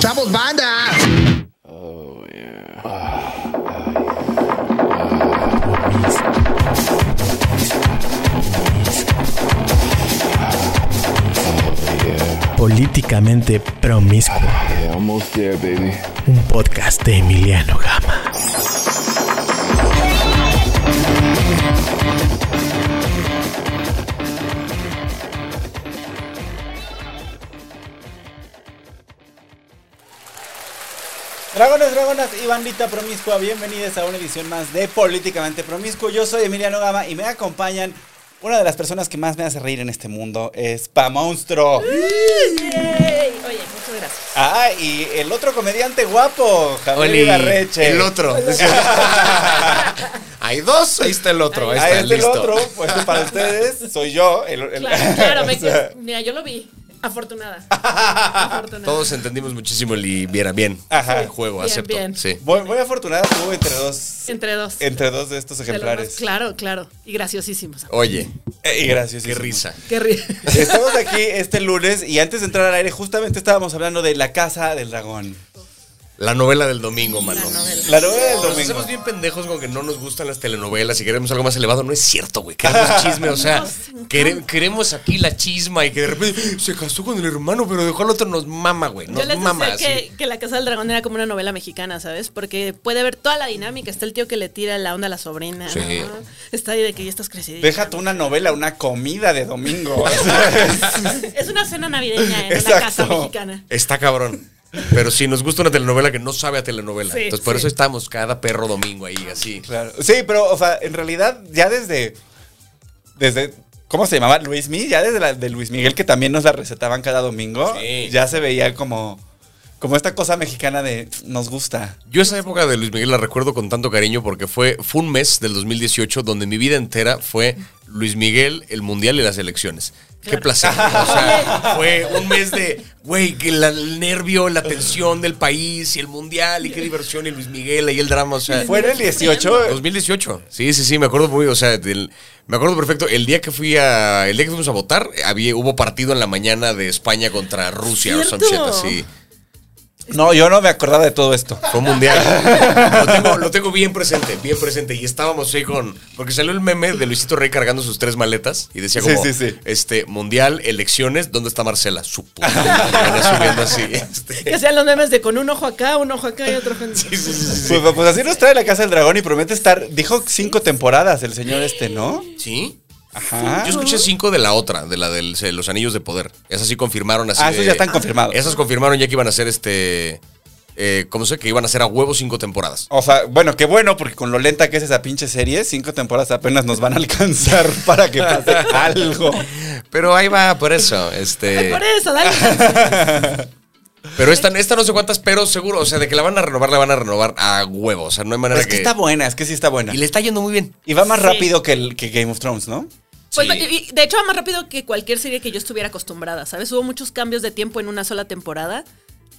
¡Chavos, banda! Políticamente promiscuo. Yeah, almost there, baby. Un podcast de Emiliano Gama. Dragones, dragonas y bandita promiscua, bienvenidos a una edición más de Políticamente Promiscuo. Yo soy Emiliano Gama y me acompañan una de las personas que más me hace reír en este mundo, es Pa Monstruo. Ey, Oye, muchas gracias. Ah, y el otro comediante guapo, Javier Oli, Ibarreche. el otro. Hay dos, ahí está el otro. Ahí Ah, está, este el listo. otro, pues para ustedes, soy yo. el- el- Claro, claro, me o sea, mira, yo lo vi. Afortunada. Afortunada. Todos entendimos muchísimo el bien, bien. Ajá. El juego, Bien, acepto. bien. Sí. Muy, muy afortunada tú entre dos, Entre dos. entre dos de estos De lo ejemplares. más- claro, claro. Y graciosísimos. Oye, Eh, y gracias. qué risa. Qué ri- Estamos aquí este lunes y antes de entrar al aire justamente estábamos hablando de La Casa del Dragón. La novela del domingo, mano. La novela del Nos domingo. hacemos bien pendejos con que no nos gustan las telenovelas y queremos algo más elevado. No es cierto, güey. Queremos chisme, o sea, quere- queremos aquí la chisma y que de repente se casó con el hermano, pero dejó al otro. Nos mama, güey. Yo Nos les mama. decía así. que, que La Casa del Dragón era como una novela mexicana, ¿sabes? Porque puede ver toda la dinámica. Está el tío que le tira la onda a la sobrina. Sí. ¿no? Está ahí de que ya estás crecidita. Déjate una novela, una comida de domingo. Es una cena navideña en Exacto. una casa mexicana. Está cabrón. Pero sí, nos gusta una telenovela que no sabe a telenovela. Sí, Entonces, por sí. eso estamos cada perro domingo ahí, así. Claro. Sí, pero o sea, en realidad ya desde desde ¿cómo se llamaba? Luis Miguel, ya desde la de Luis Miguel que también nos la recetaban cada domingo, Sí. ya se veía como como esta cosa mexicana de nos gusta. Yo esa época de Luis Miguel la recuerdo con tanto cariño porque fue, fue un mes del 2018 donde mi vida entera fue Luis Miguel, el Mundial y las elecciones. Qué Claro. placer. O sea, fue un mes de, güey, que la- el nervio, la tensión del país y el Mundial y qué diversión y Luis Miguel y el drama. O sea, Fue en el 18. 2018. Sí, sí, sí, me acuerdo muy, o sea, del- me acuerdo perfecto. El día que fui a, el día que fuimos a votar, había, hubo partido en la mañana de España contra Rusia o some shit Cierto. así. No, yo no me acordaba de todo esto. Fue mundial. lo, tengo, lo tengo bien presente, bien presente. Y estábamos ahí con, porque salió el meme de Luisito Rey cargando sus tres maletas y decía Sí, como, sí, sí. este, mundial, elecciones, ¿dónde está Marcela? Su puta madre, subiendo así. este. Que sean los memes de con un ojo acá, un ojo acá y otro ojo en- Sí, sí, sí, sí. Pues, pues así nos trae la Casa del Dragón y promete estar, dijo cinco temporadas el señor este, ¿no? ¿Sí? Ajá. Yo escuché cinco de la otra, de la del- de los anillos de poder. Esas sí confirmaron así. Ah, esos de- ya están confirmados. Esas confirmaron ya que iban a ser este. Eh, ¿Cómo sé? Que iban a ser a huevo cinco temporadas. O sea, bueno, qué bueno, porque con lo lenta que es esa pinche serie, cinco temporadas apenas nos van a alcanzar para que pase algo. Pero ahí va, por eso. Este. Por eso, dale. chance. Pero esta, esta no sé cuántas, pero seguro. O sea, de que la van a renovar, la van a renovar a huevo. O sea, no hay manera Es que está buena, es que sí está buena. Y le está yendo muy bien. Y va más Sí. rápido que, el, que Game of Thrones, ¿no? Pues, Sí. y- y de hecho, va más rápido que cualquier serie que yo estuviera acostumbrada, ¿sabes? Hubo muchos cambios de tiempo en una sola temporada.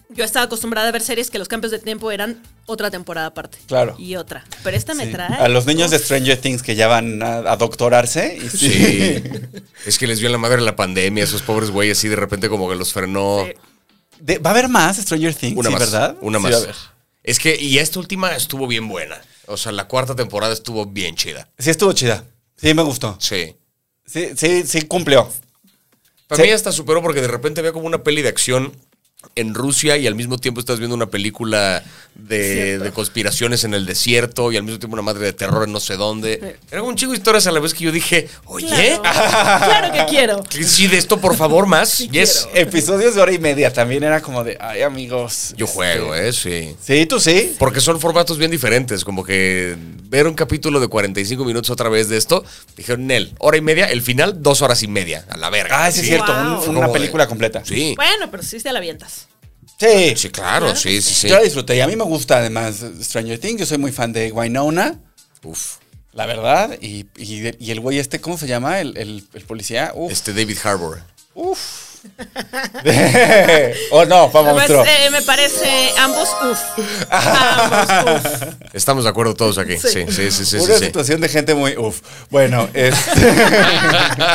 Yo estaba acostumbrada a ver series que los cambios de tiempo eran otra temporada aparte. Claro. Y otra. Pero esta me Sí. trae. A los niños de Stranger Things que ya van a, a doctorarse. y sí. Sí. es que les vio en la madre la pandemia, esos pobres güeyes, y de repente como que los frenó. Sí. De- va a haber más Stranger Things, Una sí, más. ¿verdad? Una Sí, más. va a haber. es que, y esta última estuvo bien buena. O sea, la cuarta temporada estuvo bien chida. Sí, estuvo chida. Sí, me gustó. Sí. Sí, sí, sí, cumplió. Para Sí. mí hasta superó porque de repente veo como una peli de acción en Rusia y al mismo tiempo estás viendo una película de, de conspiraciones en el desierto y al mismo tiempo una madre de terror en no sé dónde. Era como un chingo de historias a la vez que yo dije, oye, ah, Claro. claro que quiero. sí, de esto por favor más. yes. Episodios de hora y media también era como de, ay, amigos. Yo juego, este, eh, sí. Sí, tú sí. Porque son formatos bien diferentes, como que ver un capítulo de 45 minutos otra vez de esto, dijeron, Nel, hora y media, el final, dos horas y media, a la verga. Ah, sí, es cierto. Wow. un- Fue una como de- película completa. Sí. Bueno, pero sí te la avientas. Sí. Sí, claro, sí, sí, sí. Yo la disfruté y a mí me gusta además Stranger Things. Yo soy muy fan de Winona, Uf. la verdad. Y, y- y el güey este, ¿cómo se llama? El, el- el policía. Uf, Este David Harbour. uf. o Oh, no, Pama Pues, Monstruo. eh, me parece ambos uff. Ambos uff. Estamos de acuerdo todos aquí. Sí. Sí, sí, sí, sí. sí, Una sí. situación de gente muy uff. Bueno, este,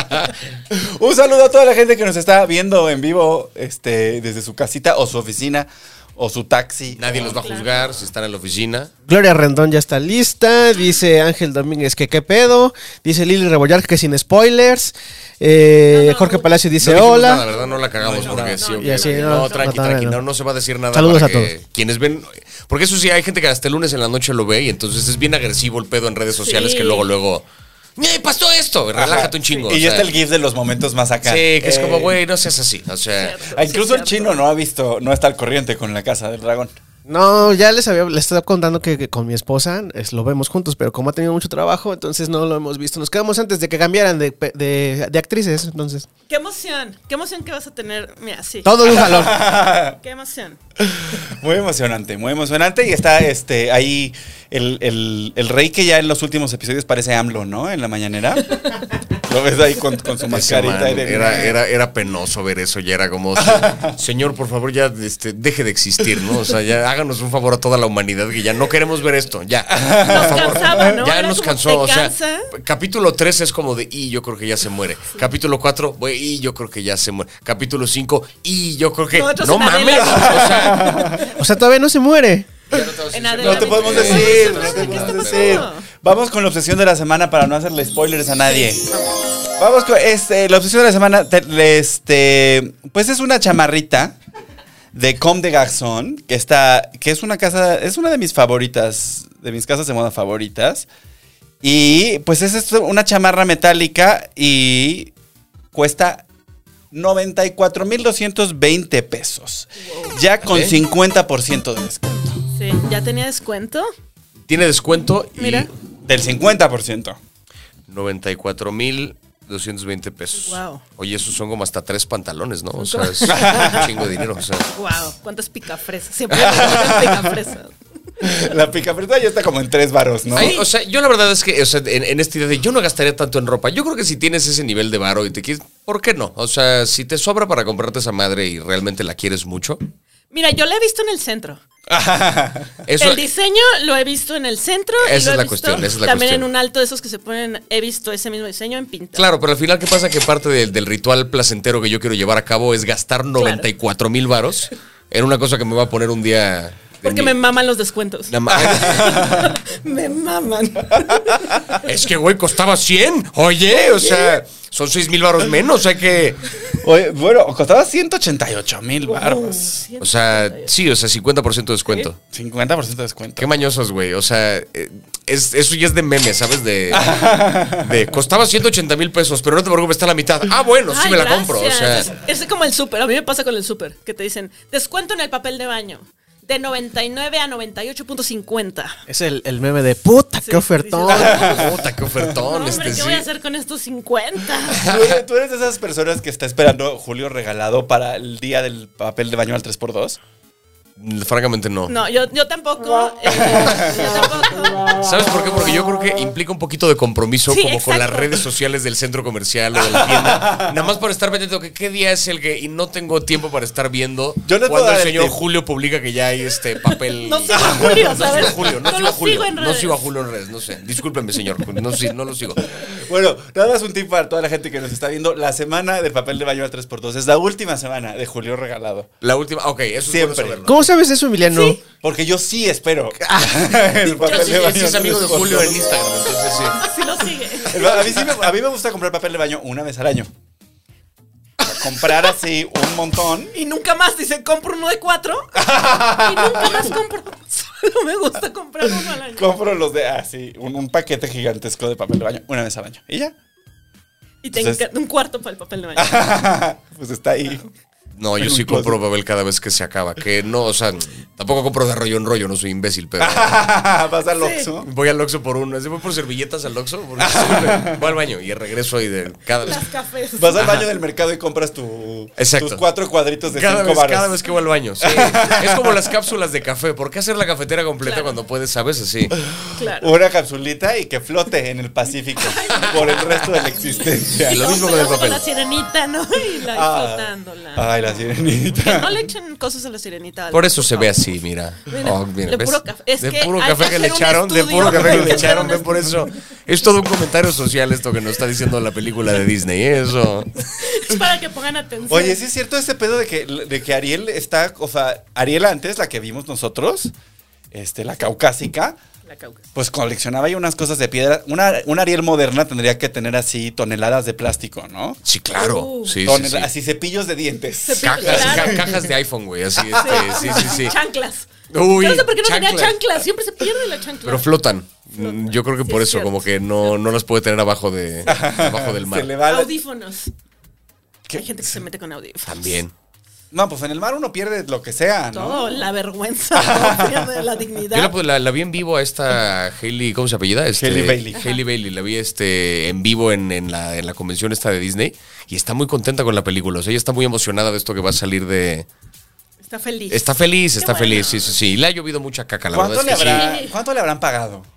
un saludo a toda la gente que nos está viendo en vivo este, desde su casita o su oficina o su taxi. Nadie los va a juzgar si están en la oficina. Gloria Rendón ya está lista. Dice Ángel Domínguez que qué pedo. Dice Lili Rebollar que sin spoilers. Eh, No, no, Jorge no. Palacio dice no dijimos hola. nada, la verdad no la cagamos porque sí. no, ok. y así, no, no, tranqui, no, tranqui, no. no, no se va a decir nada. Saludos para a que Quienes ven, porque eso sí, hay gente que hasta el lunes en la noche lo ve y entonces es bien agresivo el pedo en redes sociales Sí. que luego, luego, ¡Ey, pasó esto! Relájate un chingo. Y o ya sea. está el GIF de los momentos más acá. Sí, que es Eh, como, güey, no seas así. O sea, Cierto. Ah, Incluso Sí, el cierto. chino no ha visto, no está al corriente con la casa del dragón. No, ya les había, les estaba contando que, que con mi esposa es, lo vemos juntos, pero como ha tenido mucho trabajo, entonces no lo hemos visto. Nos quedamos antes de que cambiaran de, pe- de- de actrices, entonces. Qué emoción, qué emoción que vas a tener. Mira, sí. Todo de un jalón. Qué emoción. Muy emocionante, muy emocionante. Y está este ahí el, el- el rey que ya en los últimos episodios parece AMLO, ¿no? En la mañanera. Lo ves ahí con, con su Ese mascarita. man, y de- era, era, era penoso ver eso, ya era como, "Se- señor, por favor, ya este, deje de existir, ¿no? O sea, ya háganos un favor a toda la humanidad que ya no queremos ver esto, ya. Por favor. cansaba, ¿no? Ya Era nos como, cansó, ¿te o sea, cansa? capítulo 3 es como de, y yo creo que ya se muere. Capítulo 4, güey, y yo creo que ya se muere. Capítulo 5, y yo creo que, No, no, otros en mames, Adela. o sea, O sea, todavía no se muere. En No te Adela, podemos ¿qué está decir, no pasando? te ¿Qué podemos está decir. pasando? Vamos con la obsesión de la semana para no hacerle spoilers a nadie. Vamos con este, la obsesión de la semana. te- Este, pues es una chamarrita de Com de Garzón, que está, que es una casa, es una de mis favoritas, de mis casas de moda favoritas. Y pues es esto, una chamarra metálica y cuesta 94.220 pesos. Ya con Ok. 50% de descuento. Sí, ya tenía descuento. tiene descuento y Mira. Del 50%. 94 mil. 220 pesos. Wow. Oye, esos son como hasta tres pantalones, ¿no? O sea, es un chingo de dinero. O sea. Wow, cuántas picafresas. Siempre me gustan picafresas. La picafrita ya está como en tres varos, ¿no? Ay, o sea, yo la verdad es que o sea, en, en esta idea de yo no gastaría tanto en ropa. Yo creo que si tienes ese nivel de varo y te quieres, ¿por qué no? O sea, si te sobra para comprarte esa madre y realmente la quieres mucho, Mira, yo la he visto en el centro. eso el diseño lo he visto en el centro. y Esa es lo he la visto cuestión, esa es la También en cuestión. un alto de esos que se ponen, he visto ese mismo diseño en pinta. Claro, pero al final, ¿qué pasa? Que parte del, del ritual placentero que yo quiero llevar a cabo es gastar 94 mil varos en una cosa que me va a poner un día. de Porque mi- me maman los descuentos. la ma- me maman. es que, güey, costaba 100. Oye, o sea, son 6 mil varos menos. Hay que. Oye, bueno, costaba 188 mil baros. Wow, O sea, sí, o sea, 50% de descuento. 50% de descuento. Qué mañosos, güey. O sea, eh, es, eso ya es de meme, ¿sabes? De, de costaba 180 mil pesos, pero no te preocupes, está a la mitad. Ah, bueno, sí Ay, me la gracias. compro. O sea, es, es como el súper. A mí me pasa con el súper, que te dicen descuento en el papel de baño. De 99 a 98.50. Es el, el meme de puta, Sí, qué ofertón. Oh, puta, qué No, ofertón. hombre, este, ¿qué sí. voy a hacer con estos 50? Tú eres, tú eres de esas personas que está esperando Julio regalado para el día del papel de baño al 3x2. Francamente, no. No, yo, yo tampoco. eh, yo tampoco. ¿Sabes por qué? Porque yo creo que implica un poquito de compromiso Sí, como con las exacto. redes sociales del centro comercial o de la tienda. Nada más para estar pendiente de que qué día es el que y no tengo tiempo para estar viendo Yo les puedo cuando el dar el señor tip. Julio publica que ya hay este papel. No sigo a Julio, No ¿sabes? sigo a Julio, no, No sigo a lo Julio. sigo en no redes. sigo a Julio en redes, no sé. Discúlpeme, señor. No, sí, no lo sigo. Bueno, nada más un tip para toda la gente que nos está viendo. La semana del papel de baño al 3x2 es la última semana de Julio regalado. La última, ok, eso Siempre. es bueno saberlo. ¿Cómo sabes eso, Emiliano? Porque yo sí espero. el papel Ah, Yo sí, sí, al es amigo de 3x2. Julio en Instagram, entonces sí. Sí lo sigue. El ba- A mí, sí me, a mí me gusta comprar papel de baño una vez al año. O sea, comprar así un montón. Y nunca más dicen, compro uno de cuatro. Y nunca más compro. Solo me gusta comprar uno al año. Compro los de así, un, un paquete gigantesco de papel de baño una vez al año. Y ya. Y te Entonces- encanta un cuarto para el papel de baño. pues está ahí. No, yo En sí un closet. compro papel cada vez que se acaba. Que no, o sea, tampoco compro de rollo en rollo, no soy imbécil, pero Vas al Oxxo. voy al Oxxo por una. ¿Se voy por servilletas al Oxxo? Porque siempre voy al baño y regreso ahí de cada vez. Las cafés. Vas al baño del mercado y compras tu, Exacto. tus cuatro cuadritos de Cada cinco vez, varos. cada vez que voy al baño. sí. Es como las cápsulas de café. ¿Por qué hacer la cafetera completa Claro. cuando puedes, sabes? Así. Claro. Una capsulita y que flote en el Pacífico por el resto de la existencia. Y lo mismo con el Con papel. la sirenita, ¿no? Y la Ah. flotándola. Ay, la Que sirenita. no le echen cosas a la sirenita. Por eso se ve así, mira. Mira, Oh, mira, de ¿ves? puro café. Es de que puro hay café que que le hacer un echaron, de estudio. puro café que Hay le que echaron, hacer ven un por eso. Es todo un comentario social esto que nos está diciendo la película de Disney, ¿eh? eso. Es para que pongan atención. Oye, sí es cierto ese pedo de que, de que Ariel está, o sea, Ariel antes, la que vimos nosotros, este, la caucásica, La caucas. pues coleccionaba ahí unas cosas de piedra. Una, una Ariel moderna tendría que tener así toneladas de plástico, ¿no? Sí, claro. Uh. sí, sí, Tonel- sí. Así cepillos de dientes. Cepillos. Cajas, Claro. ca- cajas de iPhone, güey. Así, este, sí, sí, sí. Chanclas. Uy, Yo no sé por qué no tenía chanclas. chanclas. Siempre se pierde la chancla. Pero flotan. Mm, Yo creo que Sí, por es eso, cierto. como que no, no las puede tener abajo, de, abajo del Se le mar. va la- Audífonos. ¿Qué? Hay gente que se mete con audífonos. También. No, pues en el mar uno pierde lo que sea, ¿no? Todo, la vergüenza, todo, pierde la Yo la, pues, dignidad. la- la vi en vivo a esta Hailey, ¿cómo se apellida? Este, Hailey Bailey. Hailey Bailey, la vi este, en vivo en, en la, en la convención esta de Disney y está muy contenta con la película. O sea, ella está muy emocionada de esto que va a salir de... Está feliz. Está feliz, Qué está bueno. feliz, sí, sí, sí. Y Le ha llovido mucha caca, la ¿Cuánto, verdad es que le habrá- sí. cuánto le habrán pagado? sí.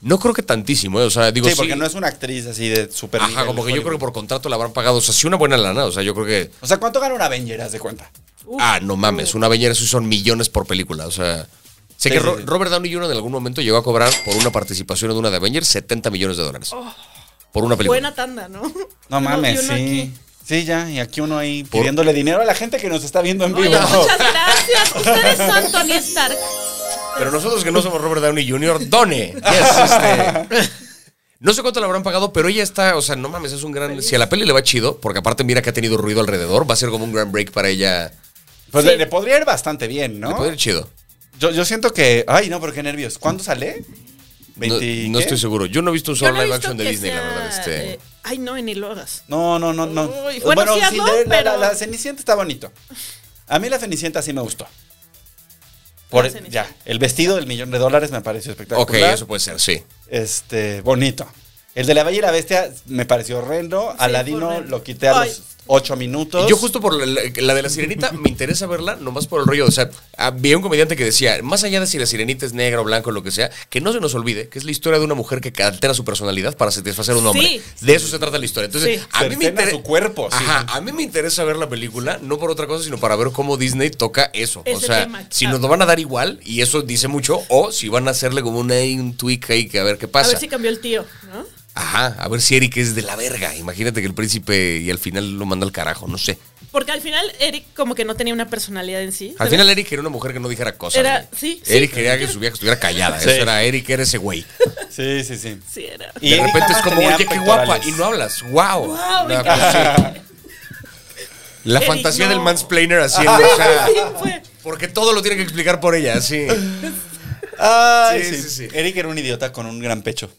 No creo que tantísimo, ¿eh? o sea, digo sí, sí. porque no es una actriz así de super Ajá, nivel como que yo Hollywood. creo que por contrato la habrán pagado, o sea, sí una buena lana, o sea, yo creo que... O sea, ¿cuánto gana una Avenger, haz de cuenta? Uf. Ah, no mames, una bañera sí son millones por película, o sea... Sí, Sé que sí, Ro- sí. Robert Downey Jr. en algún momento llegó a cobrar por una participación en una de Avengers 70 millones de dólares. por una película. Oh. Buena tanda, ¿no? No Uno- mames, y uno sí. aquí. Sí, ya, y aquí uno ahí pidiéndole dinero a la gente que nos está viendo en Oye, vivo. muchas gracias. Ustedes son Tony Stark. Pero nosotros que no somos Robert Downey Jr., done. Yes, este. No sé cuánto le habrán pagado, pero ella está, o sea, no mames, es un gran. Si a la peli le va chido, porque aparte mira que ha tenido ruido alrededor, va a ser como un gran break para ella. Pues Sí. le, le podría ir bastante bien, Le ¿no? puede ir chido. Yo, yo siento que. Ay, no, pero qué nervios. ¿Cuándo sale? No, ¿Veinti no qué? estoy seguro. Yo no he visto un Yo solo no he live visto action de que Disney, la sea, verdad. Este. eh, Ay, no, ni lo hagas. No, no, no, no. Uy, bueno, sí hazlo, la- la, pero- la Cenicienta está bonito. A mí la Cenicienta sí me gustó. Por, La Cenicienta. ya, el vestido del millón de dólares me pareció espectacular. ok, eso puede ser, sí. Este, bonito. El de la Bella y la Bestia me pareció horrendo. Aladino horrendo. lo quité a Ay. los ocho minutos. Yo justo por la, la- la de la sirenita me interesa verla, nomás por el rollo. O sea, ah, había un comediante que decía, más allá de si la sirenita es negra o blanca o lo que sea, que no se nos olvide que es la historia de una mujer que altera su personalidad para satisfacer a un hombre. Sí. De eso se trata la historia. Entonces, Sí. a mí me Cercena interesa su cuerpo, sí. Ajá, a mí me interesa ver la película, no por otra cosa, sino para ver cómo Disney toca eso. o Ese sea, tema, si claro. nos lo van a dar igual, y eso dice mucho, o si van a hacerle como una, un tweak ahí que a ver qué A pasa. ver si cambió el tío, ¿no? Ajá, a ver si Eric es de la verga. Imagínate que el príncipe y al final lo manda al carajo, no sé. Porque al final Eric como que no tenía una personalidad en sí. Al final Eric era una mujer que no dijera cosas. Era- güey. sí, sí. Eric quería que su vieja estuviera callada. Sí. Eso era Eric, era ese güey. Sí, sí, sí. Sí, era. Y de Eric repente nada es más como, tenía oye, qué guapa. pectorales. Y no hablas. Wow. Guau, me La Eric, fantasía no. del mansplainer haciendo. o sea, Sí, fue. porque todo lo tiene que explicar por ella, sí. Ay, Sí, sí, sí, sí. Eric era un idiota con un gran pecho.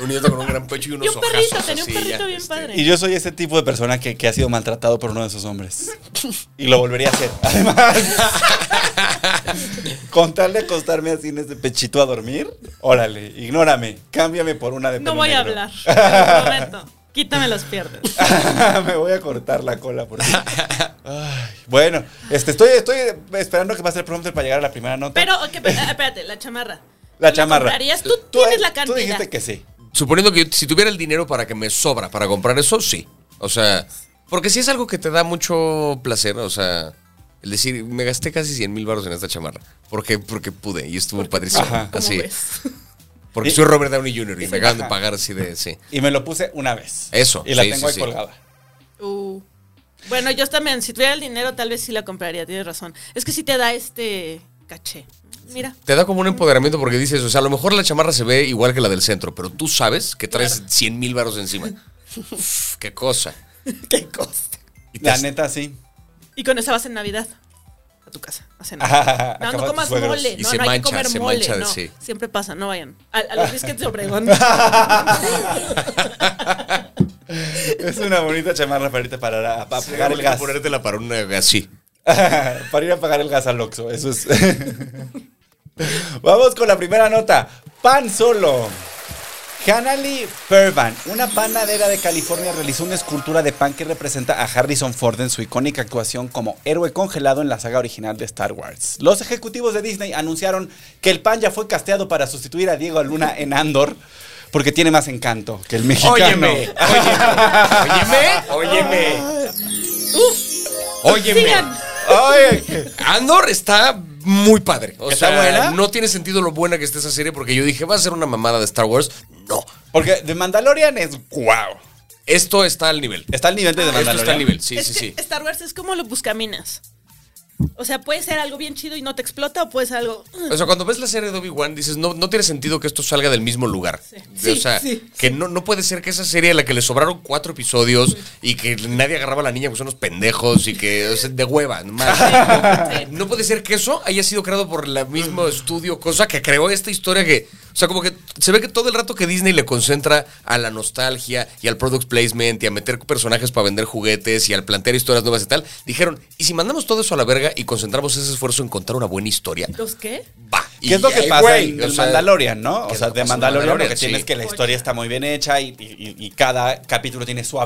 Un idiota con un gran pecho y unos Y un perrito, ojazos tenía un así, perrito ya, bien este, padre. Y yo soy ese tipo de persona que, que ha sido maltratado por uno de esos hombres. Y lo volvería a hacer. Además, con tal de acostarme así en ese pechito a dormir, órale, ignórame, cámbiame por una de pelo No voy a negro. hablar, te lo prometo. Quítame las piernas. Me voy a cortar la cola por ti. Ay, Bueno, este, estoy, estoy esperando que pase el prompter para llegar a la primera nota. Pero, ok, pe- ah, espérate, la chamarra. la chamarra. comprarías? Tú tienes la Tú cantidad. dijiste que sí. Suponiendo que yo- si tuviera el dinero para que me sobra para comprar eso, sí. O sea, porque si es algo que te da mucho placer, o sea, el decir, me gasté casi 100 mil baros en esta chamarra. Porque, porque pude y estuvo padrísimo. Ajá. ¿Cómo Así. ves? Porque Y- soy Robert Downey Jr. y sí, me acaban Eh, ajá. de pagar así de, sí. Y me lo puse una vez. Eso, Y la sí, tengo sí, ahí sí. colgada. Uh. Bueno, yo también, si tuviera el dinero, tal vez sí la compraría, tienes razón. Es que sí te da este caché. Mira. Te da como un empoderamiento porque dices, o sea, a lo mejor la chamarra se ve igual que la del centro, pero tú sabes que traes 100 mil baros encima. Uf, qué cosa. Qué costa. Y pues te La has- neta, sí. Y con esa vas en Navidad. A tu casa. A cenar. Ajá, no, acaba no tus comas suegros. mole. Y no, se no hay mancha, que comer se mole. mancha de no. sí. Siempre pasa, no vayan. A, a los biscuits de Obregón. Es una bonita chamarra para irte para para Sí, apagar hay el que gas. Ponértela para una así. para ir a pagar el gas al Oxxo, eso es. Vamos con la primera nota. Pan solo. Hanali Pervan, una panadera de California, realizó una escultura de pan que representa a Harrison Ford en su icónica actuación como héroe congelado en la saga original de Star Wars. Los ejecutivos de Disney anunciaron que el pan ya fue casteado para sustituir a Diego Luna en Andor porque tiene más encanto que el mexicano. Óyeme, óyeme, óyeme, óyeme, óyeme. Sigan. Oye, Andor está muy padre. O ¿Está sea, buena? no tiene sentido lo buena que esté esa serie porque yo dije, va a ser una mamada de Star Wars. No. Porque The Mandalorian es wow. Esto está al nivel. Está al nivel de The Ah, Esto Mandalorian. está al nivel, sí, es sí, que sí. Star Wars es como los buscaminas. O sea, puede ser algo bien chido y no te explota, o puede ser algo. O sea, cuando ves la serie de Obi-Wan, dices, no, no tiene sentido que esto salga del mismo lugar. Sí, o sea, sí, que No, no puede ser que esa serie a la que le sobraron cuatro episodios y que nadie agarraba a la niña porque son unos pendejos y que o sea, de hueva, nomás. Sí. Eh, No puede ser que eso haya sido creado por el mismo estudio, cosa que creó esta historia que. O sea, como que se ve que todo el rato que Disney le concentra a la nostalgia y al product placement y a meter personajes para vender juguetes y al plantear historias nuevas y tal, dijeron, ¿y si mandamos todo eso a la verga y concentramos ese esfuerzo en contar una buena historia? ¿Los qué? va. ¿Qué es lo Y que ahí, pasa güey, en o el sea, Mandalorian, no? O ¿qué es sea, lo que de pasa en Mandalorian lo que Mandalorian? tienes Sí. que la historia está muy bien hecha y, y- y cada capítulo tiene su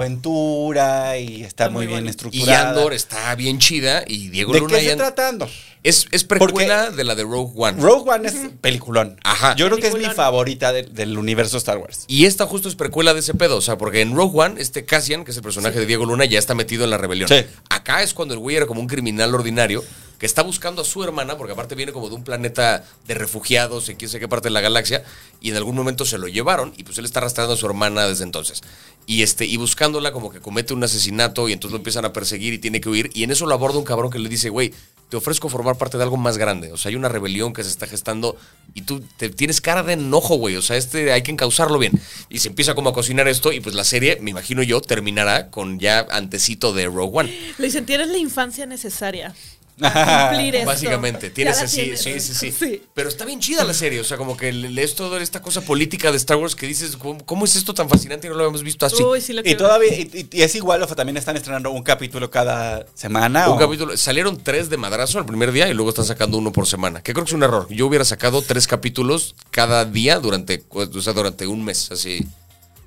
aventura y está, muy, bien Y estructurada. Andor está bien chida y Diego ¿De Luna qué y se And- trata Andor? Es, es precuela de la de Rogue One. Rogue One es peliculón. Ajá. Yo creo que es mi Peliculón. favorita de- del universo Star Wars. y esta justo es precuela de ese pedo, o sea, porque en Rogue One, este Cassian, que es el personaje de Diego Luna, ya está metido en la rebelión. Sí. Acá es cuando el güey era como un criminal ordinario que está buscando a su hermana, porque aparte viene como de un planeta de refugiados en quién sabe qué parte de la galaxia, y en algún momento se lo llevaron, y pues él está arrastrando a su hermana desde entonces. Y, este, y buscándola como que comete un asesinato, y entonces lo empiezan a perseguir y tiene que huir, y en eso lo aborda un cabrón que le dice, güey, te ofrezco formar parte de algo más grande, o sea, hay una rebelión que se está gestando, y tú te tienes cara de enojo, güey, o sea, este hay que encauzarlo bien. Y se empieza como a cocinar esto, y pues la serie, me imagino yo, terminará con ya antecito de Rogue One. Le dicen, tienes la infancia necesaria. para Cumplir esto. Básicamente, Ya tienes la así, tienes. sí, sí, sí, Pero está bien chida la serie, o sea, como que lees toda esta cosa política de Star Wars que dices, ¿cómo, cómo es esto tan fascinante y no lo habíamos visto así? Uy, sí lo Y quiero. todavía y, y- y es igual, o sea, también están estrenando un capítulo cada semana. Un o- capítulo, salieron tres de madrazo el primer día y luego están sacando uno por semana, que creo que es un error. Yo hubiera sacado tres capítulos cada día durante, o sea, durante un mes, así.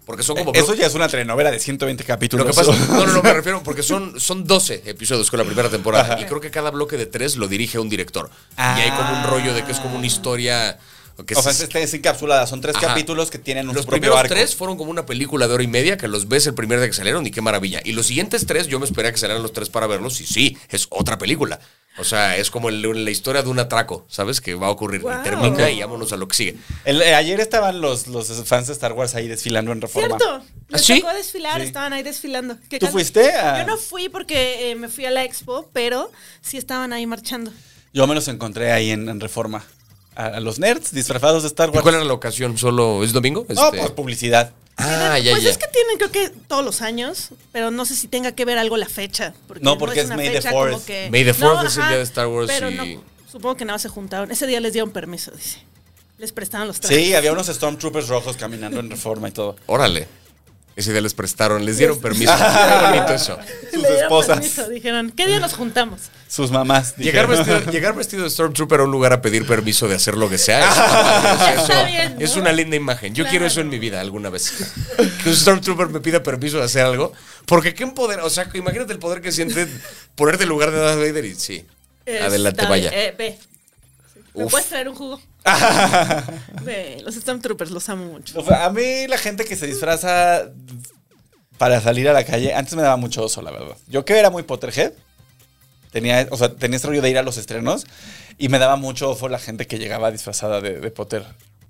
Porque son como... e, Eh, Eso ya es una telenovela de 120 capítulos. Lo que pasa, no, no, no, me refiero porque son, son 12 episodios con la primera temporada y creo que cada bloque de tres lo dirige un director. Y hay como un rollo de que es como una historia... Que Ah. o sea, se- es, es encapsulada. Son tres Ajá. capítulos que tienen un Los propio primeros arco. tres fueron como una película de hora y media que los ves el primer día que salieron y qué maravilla. Y los siguientes tres, yo me esperé a que salieran los tres para verlos y sí, es otra película. O sea, es como el- la historia de un atraco, ¿sabes? Que va a ocurrir. Y Wow. termina y vámonos a lo que sigue. El- eh, ayer estaban los, los fans de Star Wars ahí desfilando en Reforma. Cierto. ¿Ah, Les sí? tocó desfilar, Sí. estaban ahí desfilando. ¿Qué ¿Tú cal- fuiste Ah. a- Yo no fui porque eh, me fui a la expo, pero sí estaban ahí marchando. Yo me los encontré ahí en, en Reforma. A, a los nerds disfrazados de Star ¿Y Wars. cuál era la ocasión? ¿Solo es domingo? No, Este- pues publicidad. ah, Tienen- ya, pues ya. es que tienen, creo que todos los años, pero no sé si tenga que ver algo la fecha. No, porque es una May the fecha como 4th. que- May the No, 4th es el ajá, día de Star Wars Pero y- no, supongo que nada se juntaron. Ese día les dieron permiso, dice. Les prestaron los trajes. Sí, había unos Stormtroopers rojos caminando en Reforma y todo. Órale. Ese día les prestaron, les dieron permiso. Qué bonito eso. Sus Le dieron esposas. permiso, dijeron, ¿qué día nos juntamos? Sus mamás. Llegar dijeron. vestido, llegar vestido de Stormtrooper a un lugar a pedir permiso de hacer lo que sea. es- Está bien, ¿no? es una linda imagen. Yo quiero eso en mi vida alguna vez. Que un Stormtrooper me pida permiso de hacer algo. Porque qué poder. O sea, imagínate el poder que siente ponerte en lugar de Darth Vader y sí. Eh, Adelante, está bien, vaya. eh, ve. ¿Me Uf. puedes traer un jugo? ve, los Stormtroopers los amo mucho. O sea, A mí la gente que se disfraza para salir a la calle, antes me daba mucho oso, la verdad. Yo que era muy Potterhead, tenía, o sea, tenía ese rollo de ir a los estrenos y me daba mucho oso la gente que llegaba disfrazada de, de Potter.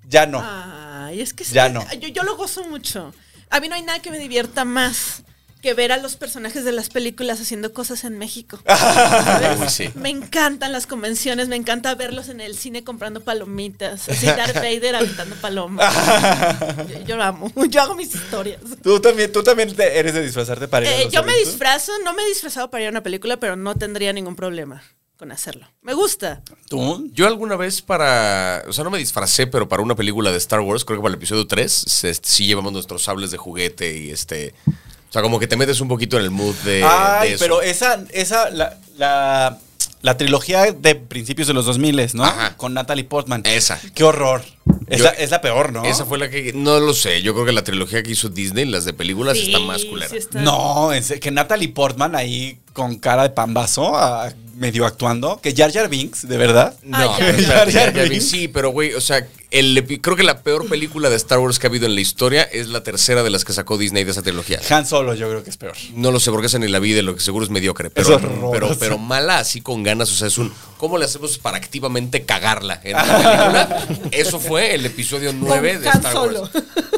Ya Ah. no. Ay, es que sí, Ya no. Yo, yo lo gozo mucho. A mí no hay nada que me divierta más que ver a los personajes de las películas haciendo cosas en México. ¿Sabes? Uy, sí. Me encantan las convenciones, me encanta verlos en el cine comprando palomitas, así Darth Vader aventando palomas. Yo, yo lo amo, yo hago mis historias. Tú también, tú también te- eres de disfrazarte para ir a Eh, los yo me eventos? disfrazo, no me he disfrazado para ir a una película, pero no tendría ningún problema con hacerlo. Me gusta. ¿Tú? Yo alguna vez para. O sea, no me disfracé, pero para una película de Star Wars, creo que para el episodio 3, se- sí llevamos nuestros sables de juguete y este. O sea, como que te metes un poquito en el mood de, Ay, eh, de eso. pero esa, esa, la, la, la trilogía de principios de los 2000, ¿no? Ajá. Con Natalie Portman. Esa. Qué horror. Es, Yo- la, es la peor, ¿no? Esa fue la que. No lo sé. Yo creo que la trilogía que hizo Disney, las de películas, está más culera. sí está- No, en se- que Natalie Portman ahí con cara de pambazo, ah, medio actuando. Que Jar Jar Binks, de verdad. No, Ah, ya. espérate, Ya, ya, ya ya vi. vi. sí, pero güey, o sea, el epi- creo que la peor película de Star Wars que ha habido en la historia es la tercera de las que sacó Disney de esa trilogía. Han Solo yo creo que es peor. No lo sé porque esa ni la vi de lo que seguro es mediocre, pero, Es horroroso. pero, pero mala así con ganas, o sea, es un ¿cómo le hacemos para activamente cagarla en la película? Eso fue el episodio 9 de Han Star Wars. Solo.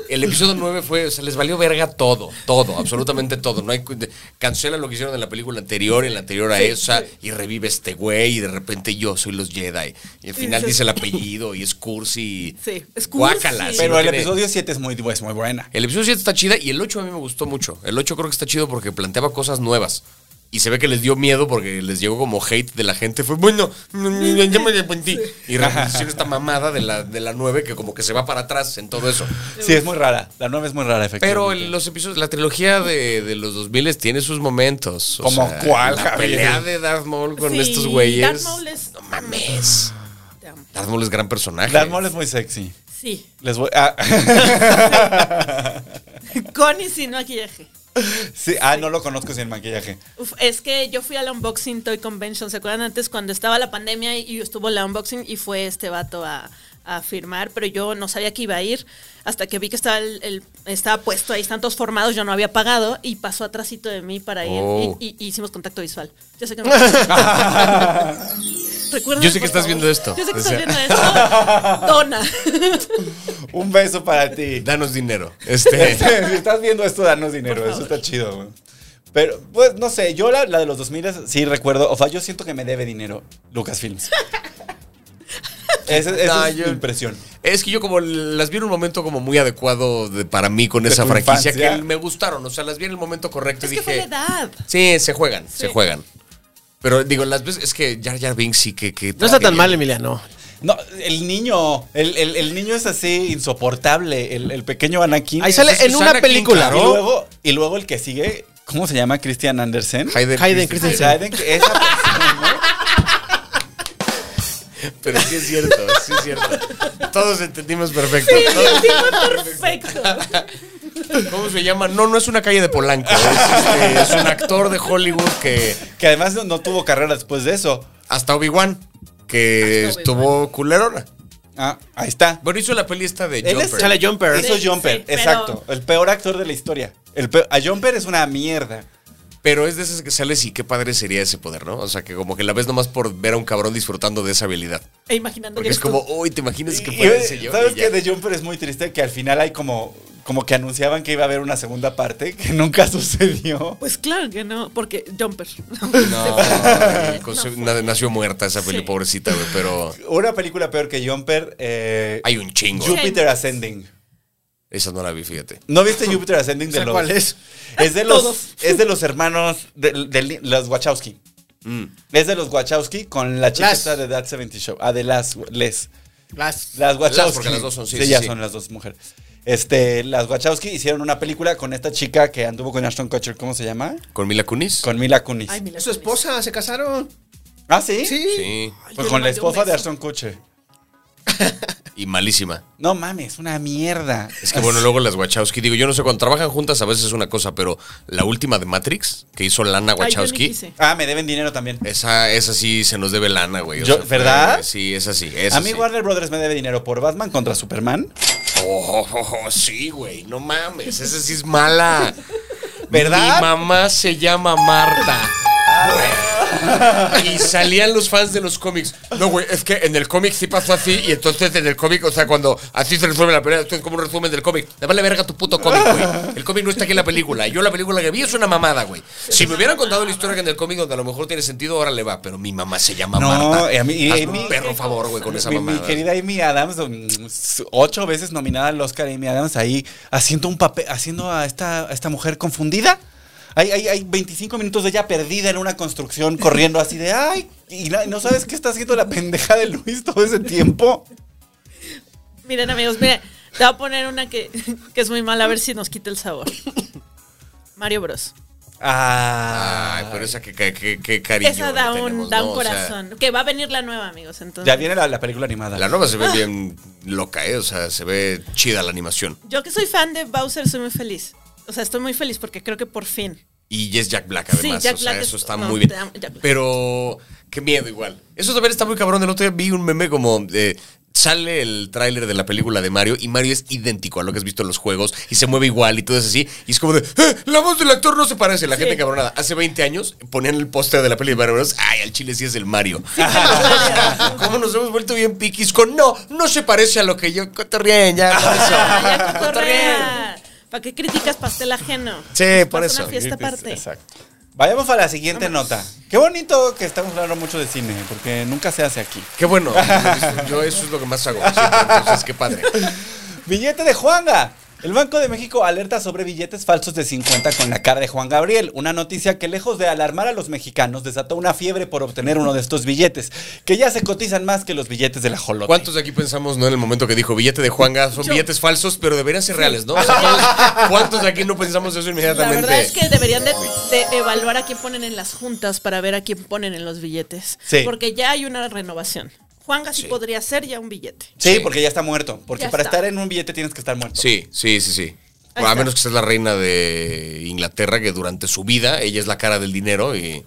El episodio 9 fue, o sea, les valió verga todo, todo, absolutamente todo. No hay cu- de- cancela lo que hicieron en la película anterior, en la anterior a esa y revive este güey y de repente yo soy los Jedi y al final dices- dice el apellido y es cursi. y- Sí, es cursi. guácala, sí, Pero no el tiene- episodio 7 es muy, es muy buena. el episodio 7 está chida y el 8 a mí me gustó mucho. El 8 creo que está chido porque planteaba cosas nuevas. Y se ve que les dio miedo porque les llegó como hate de la gente. Fue bueno, no, no, no, ya me arrepentí. Y repusieron esta mamada de la, de la 9 que como que se va para atrás en todo eso. Sí, es muy rara. La 9 es muy rara, efectivamente. Pero el- los episodios, la trilogía de, de los 2000 tiene sus momentos. O ¿Cómo sea, cuál, La Javier? pelea de Darth Maul con Sí, estos güeyes. Darth Maul es- No mames. Te amo. Darth Maul es gran personaje. Darth Maul es muy sexy. Sí, Les voy. Ah. con y sin maquillaje. Sí, ah, no lo conozco sin maquillaje. Uf, es que yo fui a la Unboxing Toy Convention, ¿se acuerdan antes cuando estaba la pandemia y estuvo la Unboxing y fue este vato a, a firmar, pero yo no sabía que iba a ir hasta que vi que estaba, el, el- estaba puesto ahí, están todos formados, yo no había pagado y pasó atrásito de mí para ir Oh. y, y- y hicimos contacto visual. Yo sé que no- Recuérdame, Yo sé que por estás favor. viendo esto. Yo sé que O estás sea. viendo esto. Dona. Un beso para ti. Danos dinero. Este. Este, si estás viendo esto, danos dinero. Eso está chido, güey. Pero, pues, no sé. Yo la, la de los 2000 sí recuerdo. O sea, yo siento que me debe dinero Lucasfilms. Esa, esa No, es mi yo- impresión. Es que yo como las vi en un momento como muy adecuado de- para mí con De esa tu franquicia infancia. que me gustaron, o sea, las vi en el momento correcto es y que fue la dije, edad. sí, se juegan, se Sí. juegan. Pero digo, las veces es que Jar Jar Binks sí que, que No está tan que- mal, Emiliano. No, el niño. El, el- el niño es así insoportable. El, el pequeño Anakin. Ahí es sale así. en una Susana película, Y King, ¿no? luego, y luego el que sigue, ¿cómo se llama? Christian Andersen. Hayden, Hayden O Christensen. sea, de que esa persona, ¿no? Pero sí es cierto, sí es cierto. Todos entendimos perfecto. Sí, Todos- sí, fue perfecto. ¿Cómo se llama? No, no es una calle de Polanco. Es, este, es un actor de Hollywood que Que además no, no tuvo carrera después de eso. hasta Obi-Wan, que Hasta Obi-Wan. estuvo culerona. Ah, ahí está. Bueno, hizo la peli esta de Él es- Jumper. Sale Jumper. Eso es Sí, Jumper, sí, pero- exacto. El peor actor de la historia. El peor- a Jumper es una mierda. Pero es de esas que sales y qué padre sería ese poder, ¿no? O sea, que como que la ves nomás por ver a un cabrón disfrutando de esa habilidad. E imaginando Porque que es eres como, tú. uy, ¿te imaginas que Y- y- puede ser yo? ¿Sabes Y ya. qué? De Jumper es muy triste que al final hay como, como que anunciaban que iba a haber una segunda parte que nunca sucedió. Pues claro que no, porque Jumper. No, el No. conce- na- nació muerta esa peli, Sí. pobrecita, güey, pero Una película peor que Jumper, eh, hay un chingo. Yo- Jupiter Ascending. Esa no la vi, fíjate. ¿No viste Jupiter Ascending O de sea, los? ¿Cuál es? Es de los, Todos. es de los hermanos de, de los Wachowski. Mm. Es de los Wachowski con la chica Las. esta de That 70 Show. Ah, de las Les. Las. Las Wachowski. Las, porque las dos son, sí, sí, ya sí. son las dos mujeres. Este, las Wachowski hicieron una película con esta chica que anduvo con Ashton Kutcher, ¿cómo se llama? ¿Con Mila Kunis? Con Mila Kunis. Ay, mira. Su esposa, se casaron. ah, ¿sí? Sí. Sí. Ay, yo Pues le con la mandé un esposa de beso. Ashton Kutcher. Y malísima. No mames, una mierda. Es que bueno, luego las Wachowski, digo, yo no sé, cuando trabajan juntas a veces es una cosa, pero la última de Matrix, que hizo Lana Ay, yo ni Wachowski, quise. Ah, me deben dinero también. esa, esa sí se nos debe lana, güey. o Yo- sea, ¿verdad? fue- Sí, esa sí. Esa A mí sí. Warner Brothers me debe dinero por Batman contra Superman. Oh, oh, oh, sí, güey, no mames, esa sí es mala. ¿Verdad? Mi mamá se llama Marta. Güey. Y salían los fans de los cómics. No, güey, es que en el cómic sí pasó así. Y entonces en el cómic, o sea, cuando así se resuelve la pelea, esto es como un resumen del cómic. Le vale verga tu puto cómic, güey. El cómic no está aquí en la película. Yo la película que vi es una mamada, güey. Si me hubieran contado la historia que en el cómic, donde a lo mejor tiene sentido, ahora le va. Pero mi mamá se llama No, Marta. y a mí- y Hazme a mí- un perro favor, güey, con esa mi, mi mamada. querida Amy Adams, mm, ocho veces nominada al Oscar Amy Adams, ahí haciendo un papel, haciendo a esta, a esta mujer confundida. Hay, hay, hay 25 minutos de ella perdida en una construcción, corriendo así de ay, y na- no sabes qué está haciendo la pendeja de Luis todo ese tiempo. Miren, amigos, miren, te voy a poner una que, que es muy mala, a ver si nos quita el sabor. Mario Bros. Ah, Ay, pero esa que, que, que- que cariño. Esa da le un, tenemos, da ¿no? un O sea, corazón. que va a venir la nueva, amigos. Entonces, ya viene la, la película animada. pues. la nueva se ve bien loca, ¿eh? O sea, se ve chida la animación. Yo que soy fan de Bowser, soy muy feliz. O sea, estoy muy feliz porque creo que por fin. Y es Jack Black, además. Sí, Jack o sea, Black es- eso está no, muy bien. te amo, Jack Black. Pero qué miedo igual. Eso también está muy cabrón. El otro día vi un meme como... eh, Sale el tráiler de la película de Mario y Mario es idéntico a lo que has visto en los juegos y se mueve igual y todo es así. Y es como de, "Eh, la voz del actor no se parece. La Sí. gente cabronada. Hace 20 años ponían el póster de la peli de Mario Bros. Ay, al chile sí es el Mario. ¿Cómo nos hemos vuelto bien piquis con no, no se parece a lo que yo cotorreen ya. por eso". Ah, ya Cotorreen. cotorrea. ¿Para qué criticas pastel ajeno? Pues Sí, por Pasa eso. una fiesta aparte. Exacto. Vayamos a la siguiente nota. Qué bonito que estamos hablando mucho de cine, porque nunca se hace aquí. Qué bueno. Yo eso es lo que más hago. siempre, Entonces, qué padre. Billete de Juanga. El Banco de México alerta sobre billetes falsos de 50 con la cara de Juan Gabriel, una noticia que lejos de alarmar a los mexicanos desató una fiebre por obtener uno de estos billetes, que ya se cotizan más que los billetes de la jolota. ¿Cuántos de aquí pensamos, no, en el momento que dijo billete de Juanga, son billetes falsos, pero deberían ser reales, ¿no? O sea, todos- ¿Cuántos de aquí no pensamos eso La inmediatamente? verdad es que deberían de, de evaluar a quién ponen en las juntas para ver a quién ponen en los billetes. Sí. Porque ya hay una renovación. Juanga sí, podría ser ya un billete. Sí, Sí. porque ya está muerto, porque Ya para está. estar en un billete tienes que estar muerto. Sí, sí, sí, sí. Ahí a está. menos que seas la reina de Inglaterra, que durante su vida ella es la cara del dinero y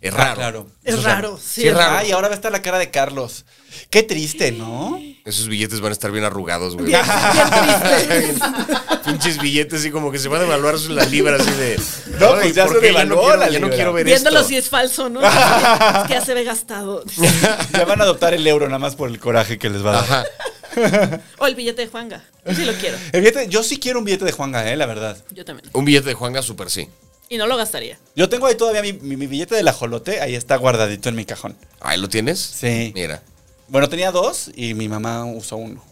es Ah, raro. claro. Es Eso raro, sí, es es raro. Ay, ahora va a estar la cara de Carlos. Qué triste, ¿no? Esos billetes van a estar bien arrugados, güey. Bien, bien tristes. Pinches billetes y como que se va a devaluar la libra así de. No, "Ay, pues ya ¿por se qué? no devaluó quiero- la Ya no libra". quiero ver Viéndolo esto. si es falso, ¿no? Es que ya se ve gastado. Ya van a adoptar el euro nada más por el coraje que les va a dar. Ajá. O el billete de Juanga. Yo sí lo quiero. El billete, yo sí quiero un billete de Juanga, eh, la verdad. Yo también. Un billete de Juanga, súper sí. Y no lo gastaría. Yo tengo ahí todavía mi, mi- mi billete de la jolote, ahí está guardadito en mi cajón. Ahí lo tienes. Sí. Mira. Bueno, tenía dos y mi mamá usó uno.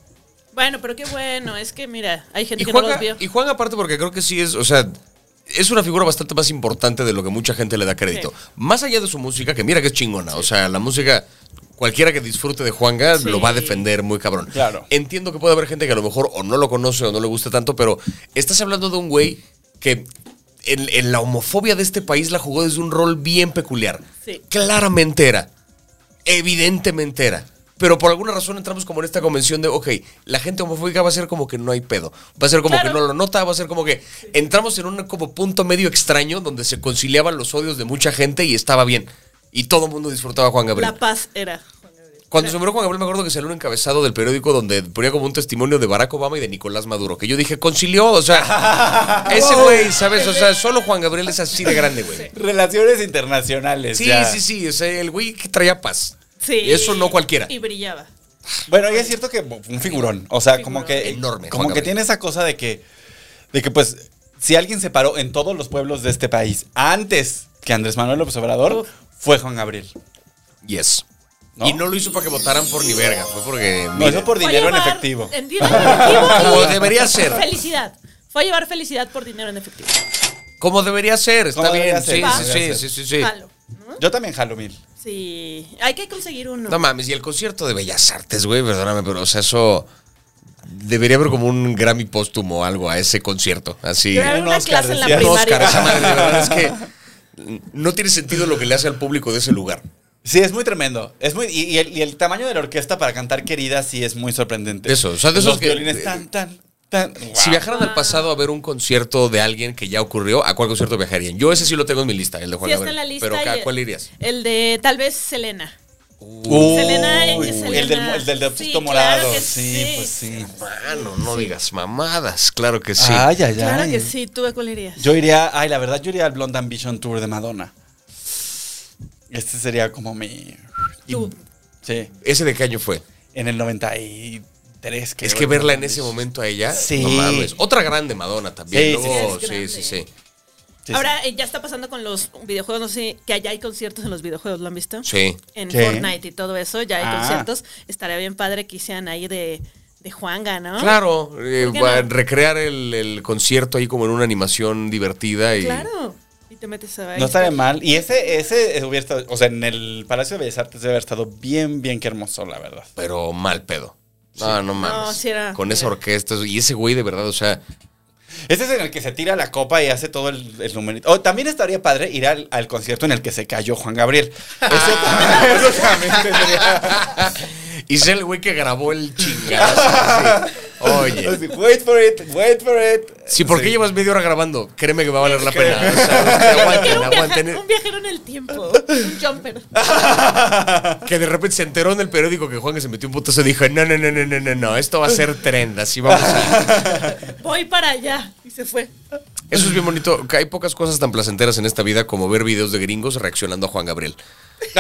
Bueno, pero qué bueno. Es que mira, hay gente Y que Juan, no los vio. y Juan aparte porque creo que sí es, o sea, es una figura bastante más importante de lo que mucha gente le da crédito. Sí. Más allá de su música, que mira que es chingona, o sea, la música... Cualquiera que disfrute de Juanga Sí. lo va a defender muy cabrón. Claro. Entiendo que puede haber gente que a lo mejor o no lo conoce o no le gusta tanto, pero estás hablando de un güey que en, en la homofobia de este país la jugó desde un rol bien peculiar. Sí. Claramente era evidentemente era. Pero por alguna razón entramos como en esta convención de, ok, la gente homofóbica va a ser como que no hay pedo. Va a ser como Claro. que no lo nota, va a ser como que entramos en un como punto medio extraño donde se conciliaban los odios de mucha gente y estaba bien. Y todo el mundo disfrutaba a Juan Gabriel. La paz era. Cuando se murió Juan Gabriel, me acuerdo que salió un encabezado del periódico donde ponía como un testimonio de Barack Obama y de Nicolás Maduro, que yo dije, concilió, o sea, ese güey, ¿sabes? O sea, solo Juan Gabriel es así de grande, güey. Relaciones internacionales. Sí, ya. sí, sí, o sea, el güey que traía paz. Sí. Eso no cualquiera. Y brillaba. Bueno, y es cierto que fue un figurón. O sea, como que. Enorme, Como Juan que Gabriel. tiene esa cosa de que. De que, pues, si alguien se paró en todos los pueblos de este país antes que Andrés Manuel López Obrador, fue Juan Gabriel. Yes. ¿No? Y no lo hizo para que votaran por ni verga, fue porque. No, mira, eso por Fue a dinero en llevar- efectivo. En dinero en efectivo. Como y- debería ser. Felicidad. Fue a llevar felicidad por dinero en efectivo. Como debería ser, está Como bien. debería ser, sí, como sí, debería sí, ser. sí, sí, sí. Jalo, ¿no? Yo también jalo mil. Sí. Hay que conseguir uno. No mames, y el concierto de Bellas Artes, güey, perdóname, pero o sea, eso. Debería haber como un Grammy póstumo o algo a ese concierto. Así. Yo era un una Oscar, clase en la decía. Un primaria. Oscar, esa madre, de verdad, es que. No tiene sentido lo que le hace al público de ese lugar. Sí, es muy tremendo. Es muy, y, y el, y el tamaño de la orquesta para cantar querida sí es muy sorprendente. Eso, o sea, de esos Los que- violines tan, tan, tan. Si Wow. viajaran al pasado a ver un concierto de alguien que ya ocurrió, ¿a cuál concierto viajarían? Yo ese sí lo tengo en mi lista, el de Juan Sí, está Gabriel. en la lista. pero y- ¿a cuál irías? El de tal vez Selena. Uy, Selena, ella es El del, Selena. el del de Sí, Ojito claro morado. que sí, sí. pues sí. Mano, no digas mamadas, claro que sí. Ay, ay, Claro ay. que sí, tú a cuál irías. Yo iría, ay, la verdad, yo iría al Blonde Ambition Tour de Madonna. Este sería como mi. Tú. Sí, ¿Ese de qué año fue? en el 93. creo, es que el verla en Blonde ese Ambition. momento a ella, Sí. no mames. Otra grande Madonna también. Sí, Sí, Luego, sí, sí. sí, sí, Sí, sí. sí. Ahora eh, ya está pasando con los videojuegos, no sé, que allá hay conciertos en los videojuegos, ¿lo han visto? Sí. En ¿Qué? Fortnite y todo eso, ya hay Ah. conciertos. Estaría bien padre que hicieran ahí de, de Juanga, ¿no? Claro, eh, ¿Ah? ¿Por qué va- no? recrear el, el concierto ahí como en una animación divertida y... Claro. Y te metes a No estaría mal. Y ese, ese hubiera estado, o sea, en el Palacio de Bellas Artes debe haber estado bien, bien que hermoso, la verdad. Pero mal pedo. No, no mames. No, sí era- Con esa orquesta y ese güey de verdad, o sea, Ese es en el que se tira la copa y hace todo el, el numerito. O también estaría padre ir al, al concierto en el que se cayó Juan Gabriel. Eso Ah. también, eso también sería- Y es el güey que grabó el chingadazo. sí. Oye. Así, Wait for it, wait for it. Sí, ¿por qué llevas media hora grabando? Créeme que va a valer la pena. O sea, Quiero aguanten, un, aguanten. viaja- un viajero en el tiempo. Un jumper. Que de repente se enteró en el periódico que Juan que se metió un putazo y dijo, no, no, no, no, no, no, no, esto va a ser trend, así vamos a... Voy para allá. Y se fue. Eso es bien bonito, que hay pocas cosas tan placenteras en esta vida como ver videos de gringos reaccionando a Juan Gabriel.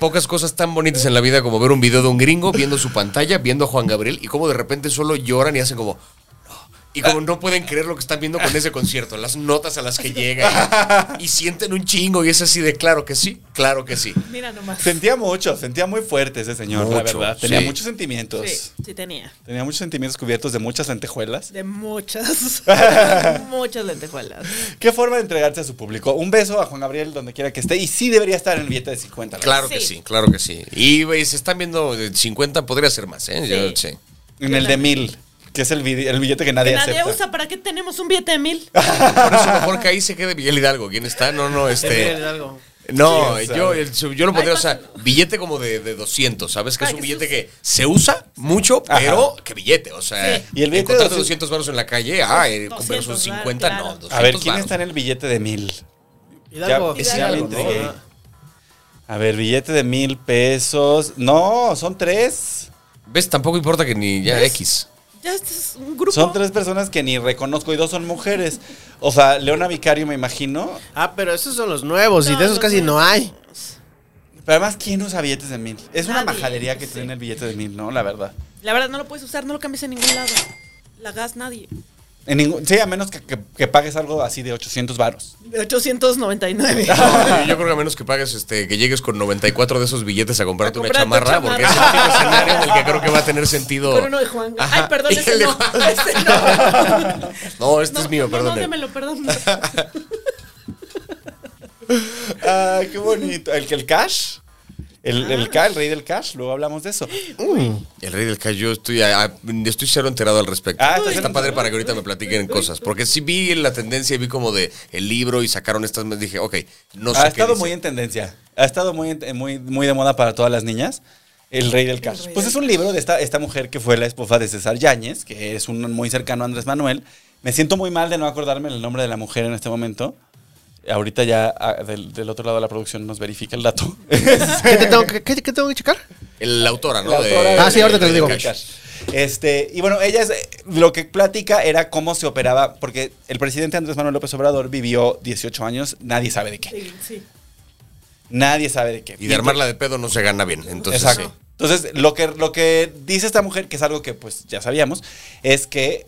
Pocas cosas tan bonitas en la vida como ver un video de un gringo viendo su pantalla, viendo a Juan Gabriel y como de repente solo lloran y hacen como... "No", Y como no pueden creer lo que están viendo con ese concierto, las notas a las que llega y, y sienten un chingo y es así de claro que sí, claro que sí. Mira nomás. Sí, Sentía mucho, sentía muy fuerte ese señor, la Mucho, verdad. Tenía sí. muchos sentimientos. sí tenía. Tenía muchos sentimientos cubiertos de muchas lentejuelas. De muchas. muchas lentejuelas. ¿Qué forma de entregarse a su público? Un beso a Juan Gabriel donde quiera que esté. Y sí debería estar en el billete de 50. dólares. Claro que Sí. sí, claro que sí. Y güey, se están viendo de 50, podría ser más, ¿eh? Yo, Sí. sí. En el de mil, que es el, vide- el billete que nadie, Que nadie acepta. usa. ¿Para qué tenemos un billete de mil? Por eso mejor que ahí se quede Miguel Hidalgo. ¿Quién está? No, no, este. algo. No, Sí, yo, el- yo lo pondría, Ay, o sea, billete como de, de 200, ¿sabes? Que Ay, es un que billete se que se usa mucho, Ajá. pero que billete, o sea, Sí. Y el billete de encontrarte 200 200 baros en la calle, ah, eh, 200 versus varos, 50, no, claro. 200 A ver, ¿quién varos. está en el billete de mil? Hidalgo. Hidalgo, Ya, ya me ¿no? entregué. Ah. A ver, billete de mil pesos. No, son tres. ¿Ves? Tampoco importa que ni ya ¿Ves? X. Ya este es un grupo. Son tres personas que ni reconozco y dos son mujeres. O sea, Leona Vicario, me imagino. Ah, pero esos son los nuevos pues, y No, de esos los casi no nuevos. hay. Pero además, ¿quién usa billetes de mil? Es una Nadie, majadería que sí. tiene el billete de mil, ¿no? La verdad. La verdad no lo puedes usar, no lo cambies en ningún lado. La gas nadie. En ningún- sí, a menos que, que- que pagues algo así de 800 varos. De 899. No, Yo creo que a menos que pagues, este, que llegues con 94 de esos billetes a comprarte A una comprar tu chamarra, porque ese es el chamarra. único escenario en el que creo que va a tener sentido. Con uno de Juan. Ajá. Ay, perdón, Y ese el de no. Juan. Ese no. No, este No, es mío, no, perdón. No, démelo, perdón. Ah, qué bonito. ¿El, el cash? El, Ah. el, ca- el rey del cash, luego hablamos de eso. El rey del cash, yo estoy, a- a- estoy cero enterado al respecto. Ah, está estás enterado. padre para que ahorita me platiquen cosas. Porque sí vi la tendencia, y vi como de el libro y sacaron estas. me Dije, ok, no sé. ha qué estado dice. muy en tendencia. Ha estado muy, en- muy, muy de moda para todas las niñas. El rey del cash. rey pues del es un libro de esta, esta mujer que fue la esposa de César Yáñez, que es un muy cercano a Andrés Manuel. Me siento muy mal de no acordarme el nombre de la mujer en este momento. Ahorita ya ah, del, del otro lado de la producción nos verifica el dato. ¿Qué, te tengo que, qué- qué tengo que checar? El, la autora, ¿no? La autora De- de- Ah, sí, ahorita te lo del digo. Cash. Este, y bueno, ella es, lo que platica era cómo se operaba, porque el presidente Andrés Manuel López Obrador vivió 18 años, nadie sabe de qué. Sí, sí. Nadie sabe de qué. Y de armarla de pedo no se gana bien. Entonces, Exacto. sí. Entonces, lo que, lo que dice esta mujer, que es algo que pues ya sabíamos, es que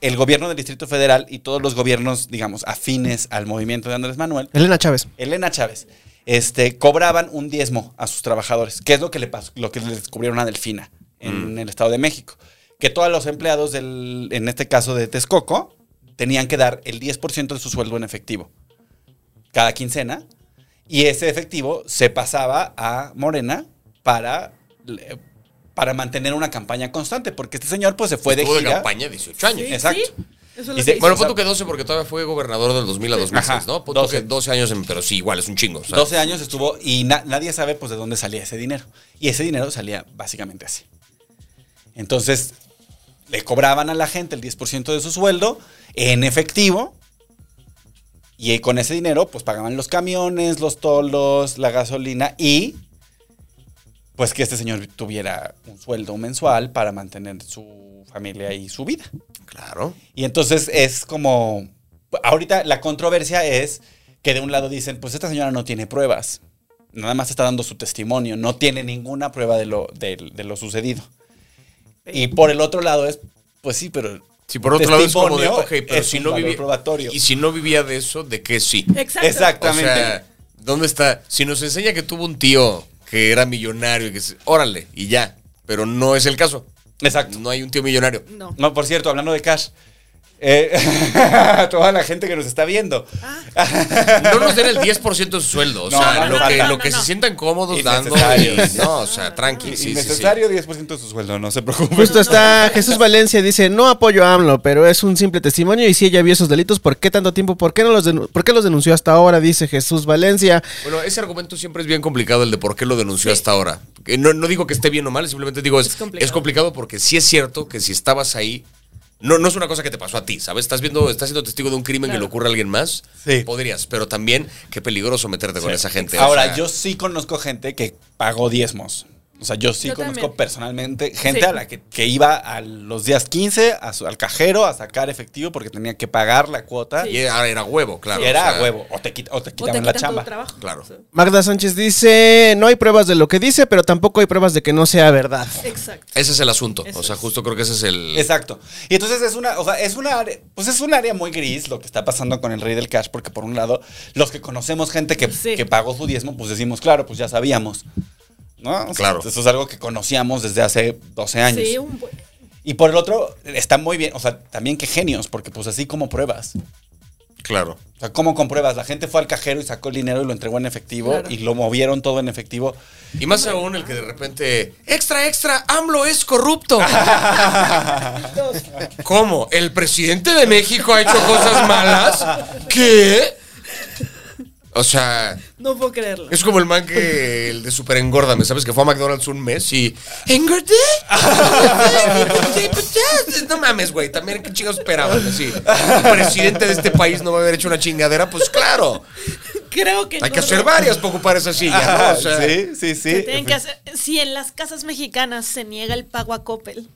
el gobierno del Distrito Federal y todos los gobiernos, digamos, afines al movimiento de Andrés Manuel, Elena Chávez. Elena Chávez, este, cobraban un diezmo a sus trabajadores, que es lo que le pasó, lo que le descubrieron a Delfina Mm. en el Estado de México. Que todos los empleados del, en este caso de Texcoco, tenían que dar el 10% de su sueldo en efectivo cada quincena. Y ese efectivo se pasaba a Morena para, para mantener una campaña constante, porque este señor pues se fue de Estuvo de gira. campaña 18 años. Sí, Exacto. sí. Eso es Y lo se- que Bueno, bueno, pon tú que 12 porque todavía fue gobernador del 2000 a 2006, Ajá, ¿no? Pon tú 12. que 12 años, en- pero sí, igual, es un chingo. o sea. 12 Pues, años estuvo y na- nadie sabe pues de dónde salía ese dinero. Y ese dinero salía básicamente así. Entonces, le cobraban a la gente el 10% de su sueldo en efectivo. Y eh, con ese dinero, pues pagaban los camiones, los tolos, la gasolina y pues que este señor tuviera un sueldo mensual para mantener su familia y su vida. Claro. Y entonces es como. Ahorita la controversia es que de un lado dicen, pues esta señora no tiene pruebas. Nada más está dando su testimonio. No tiene ninguna prueba de lo, de, de lo sucedido. Y por el otro lado es, pues sí, pero. Sí, por otro lado es como de, ok, Testimonio pero es si un no valor vivía. probatorio. Y si no vivía de eso, ¿de qué sí? Exacto. Exacto. Exactamente. O sea, ¿dónde está? Si nos enseña que tuvo un tío que era millonario y que se- órale, y ya. Pero no es el caso. Exacto. No hay un tío millonario. No. No, por cierto, hablando de cash. Eh, a toda la gente que nos está viendo. No nos den el 10% de su sueldo. O No, sea, no, lo no, que, no, lo no, que no. se sientan cómodos dando. Innecesario. y- no, o sea, tranqui. Sí, sí, sí. Innecesario 10% de su sueldo, no se preocupen. Justo está Jesús Valencia, dice, no apoyo a AMLO, pero es un simple testimonio y si ella vio esos delitos, ¿por qué tanto tiempo? ¿Por qué, no los, denun- ¿por qué los denunció hasta ahora? Dice Jesús Valencia. Bueno, ese argumento siempre es bien complicado, el de por qué lo denunció hasta ahora. Que No, no digo que esté bien o mal, simplemente digo es, Es es, complicado. complicado. porque sí es cierto que si estabas ahí, no, no es una cosa que te pasó a ti, ¿sabes? Estás viendo, estás siendo testigo de un crimen Claro. que le ocurre a alguien más, Sí. podrías, pero también qué peligroso meterte con esa gente. o Ahora, sea, yo sí conozco gente que pagó diezmos. O sea, yo sí Yo conozco también. personalmente gente Sí. a la que, que iba a los días 15 a su- al cajero a sacar efectivo porque tenía que pagar la cuota. Y era, era huevo, claro. y era o sea, a huevo. O te, quit- o te O te quitaban quitan la todo chamba. el trabajo. Claro. O sea, Magda Sánchez dice, no hay pruebas de lo que dice, pero tampoco hay pruebas de que no sea verdad. Exacto. Ese es el asunto. Eso o sea, es. justo creo que ese es el. Exacto. Y entonces es una, o sea, es una área, pues es un área muy gris lo que está pasando con el rey del cash, porque por un lado, los que conocemos gente que, Sí. que pagó su diezmo, pues decimos, claro, pues ya sabíamos. ¿No? O sea, Claro. Eso es algo que conocíamos desde hace 12 años. Sí, un buen- Y por el otro, está muy bien, o sea, también qué genios, porque pues así como pruebas. Claro. O sea, ¿cómo compruebas? La gente fue al cajero y sacó el dinero y lo entregó en efectivo Claro. y lo movieron todo en efectivo. Y más aún el que de repente. ¡Extra, extra! ¡AMLO es corrupto! ¿Cómo? ¿El presidente de México ha hecho cosas malas? ¿Qué? O sea, No puedo creerlo. es como el man que. El de Super Engórdame, ¿sabes? Que fue a McDonald's un mes y. ¿Engordé? No mames, güey. También, ¿qué chingados esperaban? Así. El presidente de este país no va a haber hecho una chingadera, pues claro. Creo que Hay que no- hacer varias para ocupar esa silla, Ajá, ¿no? Ah, O sea, sí, sí, Se sí. tienen que hacer- Si en las casas mexicanas se niega el pago a Coppel,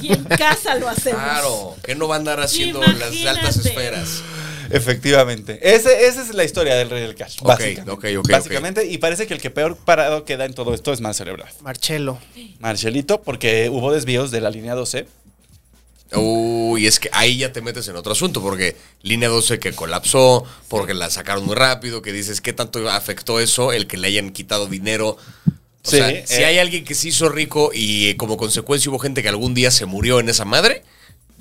si en casa lo hacemos. Claro, que no va a andar haciendo Imagínate. las altas esferas. Efectivamente. Ese, esa es la historia del rey del cash. Ok, básicamente. ok, ok, ok. Básicamente, y parece que el que peor parado queda en todo esto es Marcelo Ebrard. Marcelo. Marcelito, porque hubo desvíos de la línea 12. Uy, es que ahí ya te metes en otro asunto, porque línea 12 que colapsó, porque la sacaron muy rápido, que dices, ¿qué tanto afectó eso el que le hayan quitado dinero? O Sí, sea, eh. si hay alguien que se hizo rico y eh, como consecuencia hubo gente que algún día se murió en esa madre,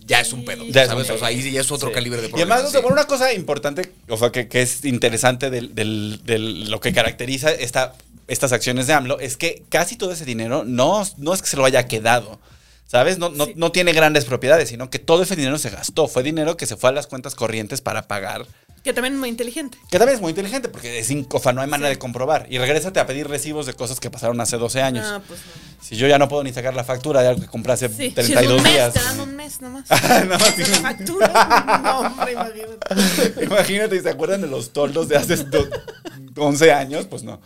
ya es un pedo, Ya es ¿sabes? un pedo. O sea, ahí ya es otro Sí. calibre de Y problema. además, o sea, sí. bueno, una cosa importante, o sea, que, que es interesante del- del- de lo que caracteriza esta, estas acciones de AMLO, es que casi todo ese dinero no, no es que se lo haya quedado. ¿Sabes? No, no, Sí. no tiene grandes propiedades, sino que todo ese dinero se gastó. Fue dinero que se fue a las cuentas corrientes para pagar. Que también es muy inteligente. Que también es muy inteligente porque es inc- o sea, no hay manera de comprobar. Y regrésate a pedir recibos de cosas que pasaron hace 12 años. Eh, No, pues no. Si yo ya no puedo ni sacar la factura de algo que compré hace Sí, si es 32 un mes, días. Ah, Te dan un mes nomás. No, sí. La factura. No, hombre, imagínate. Imagínate, ¿y ¿se acuerdan de los toldos de hace do- 11 años? Pues no.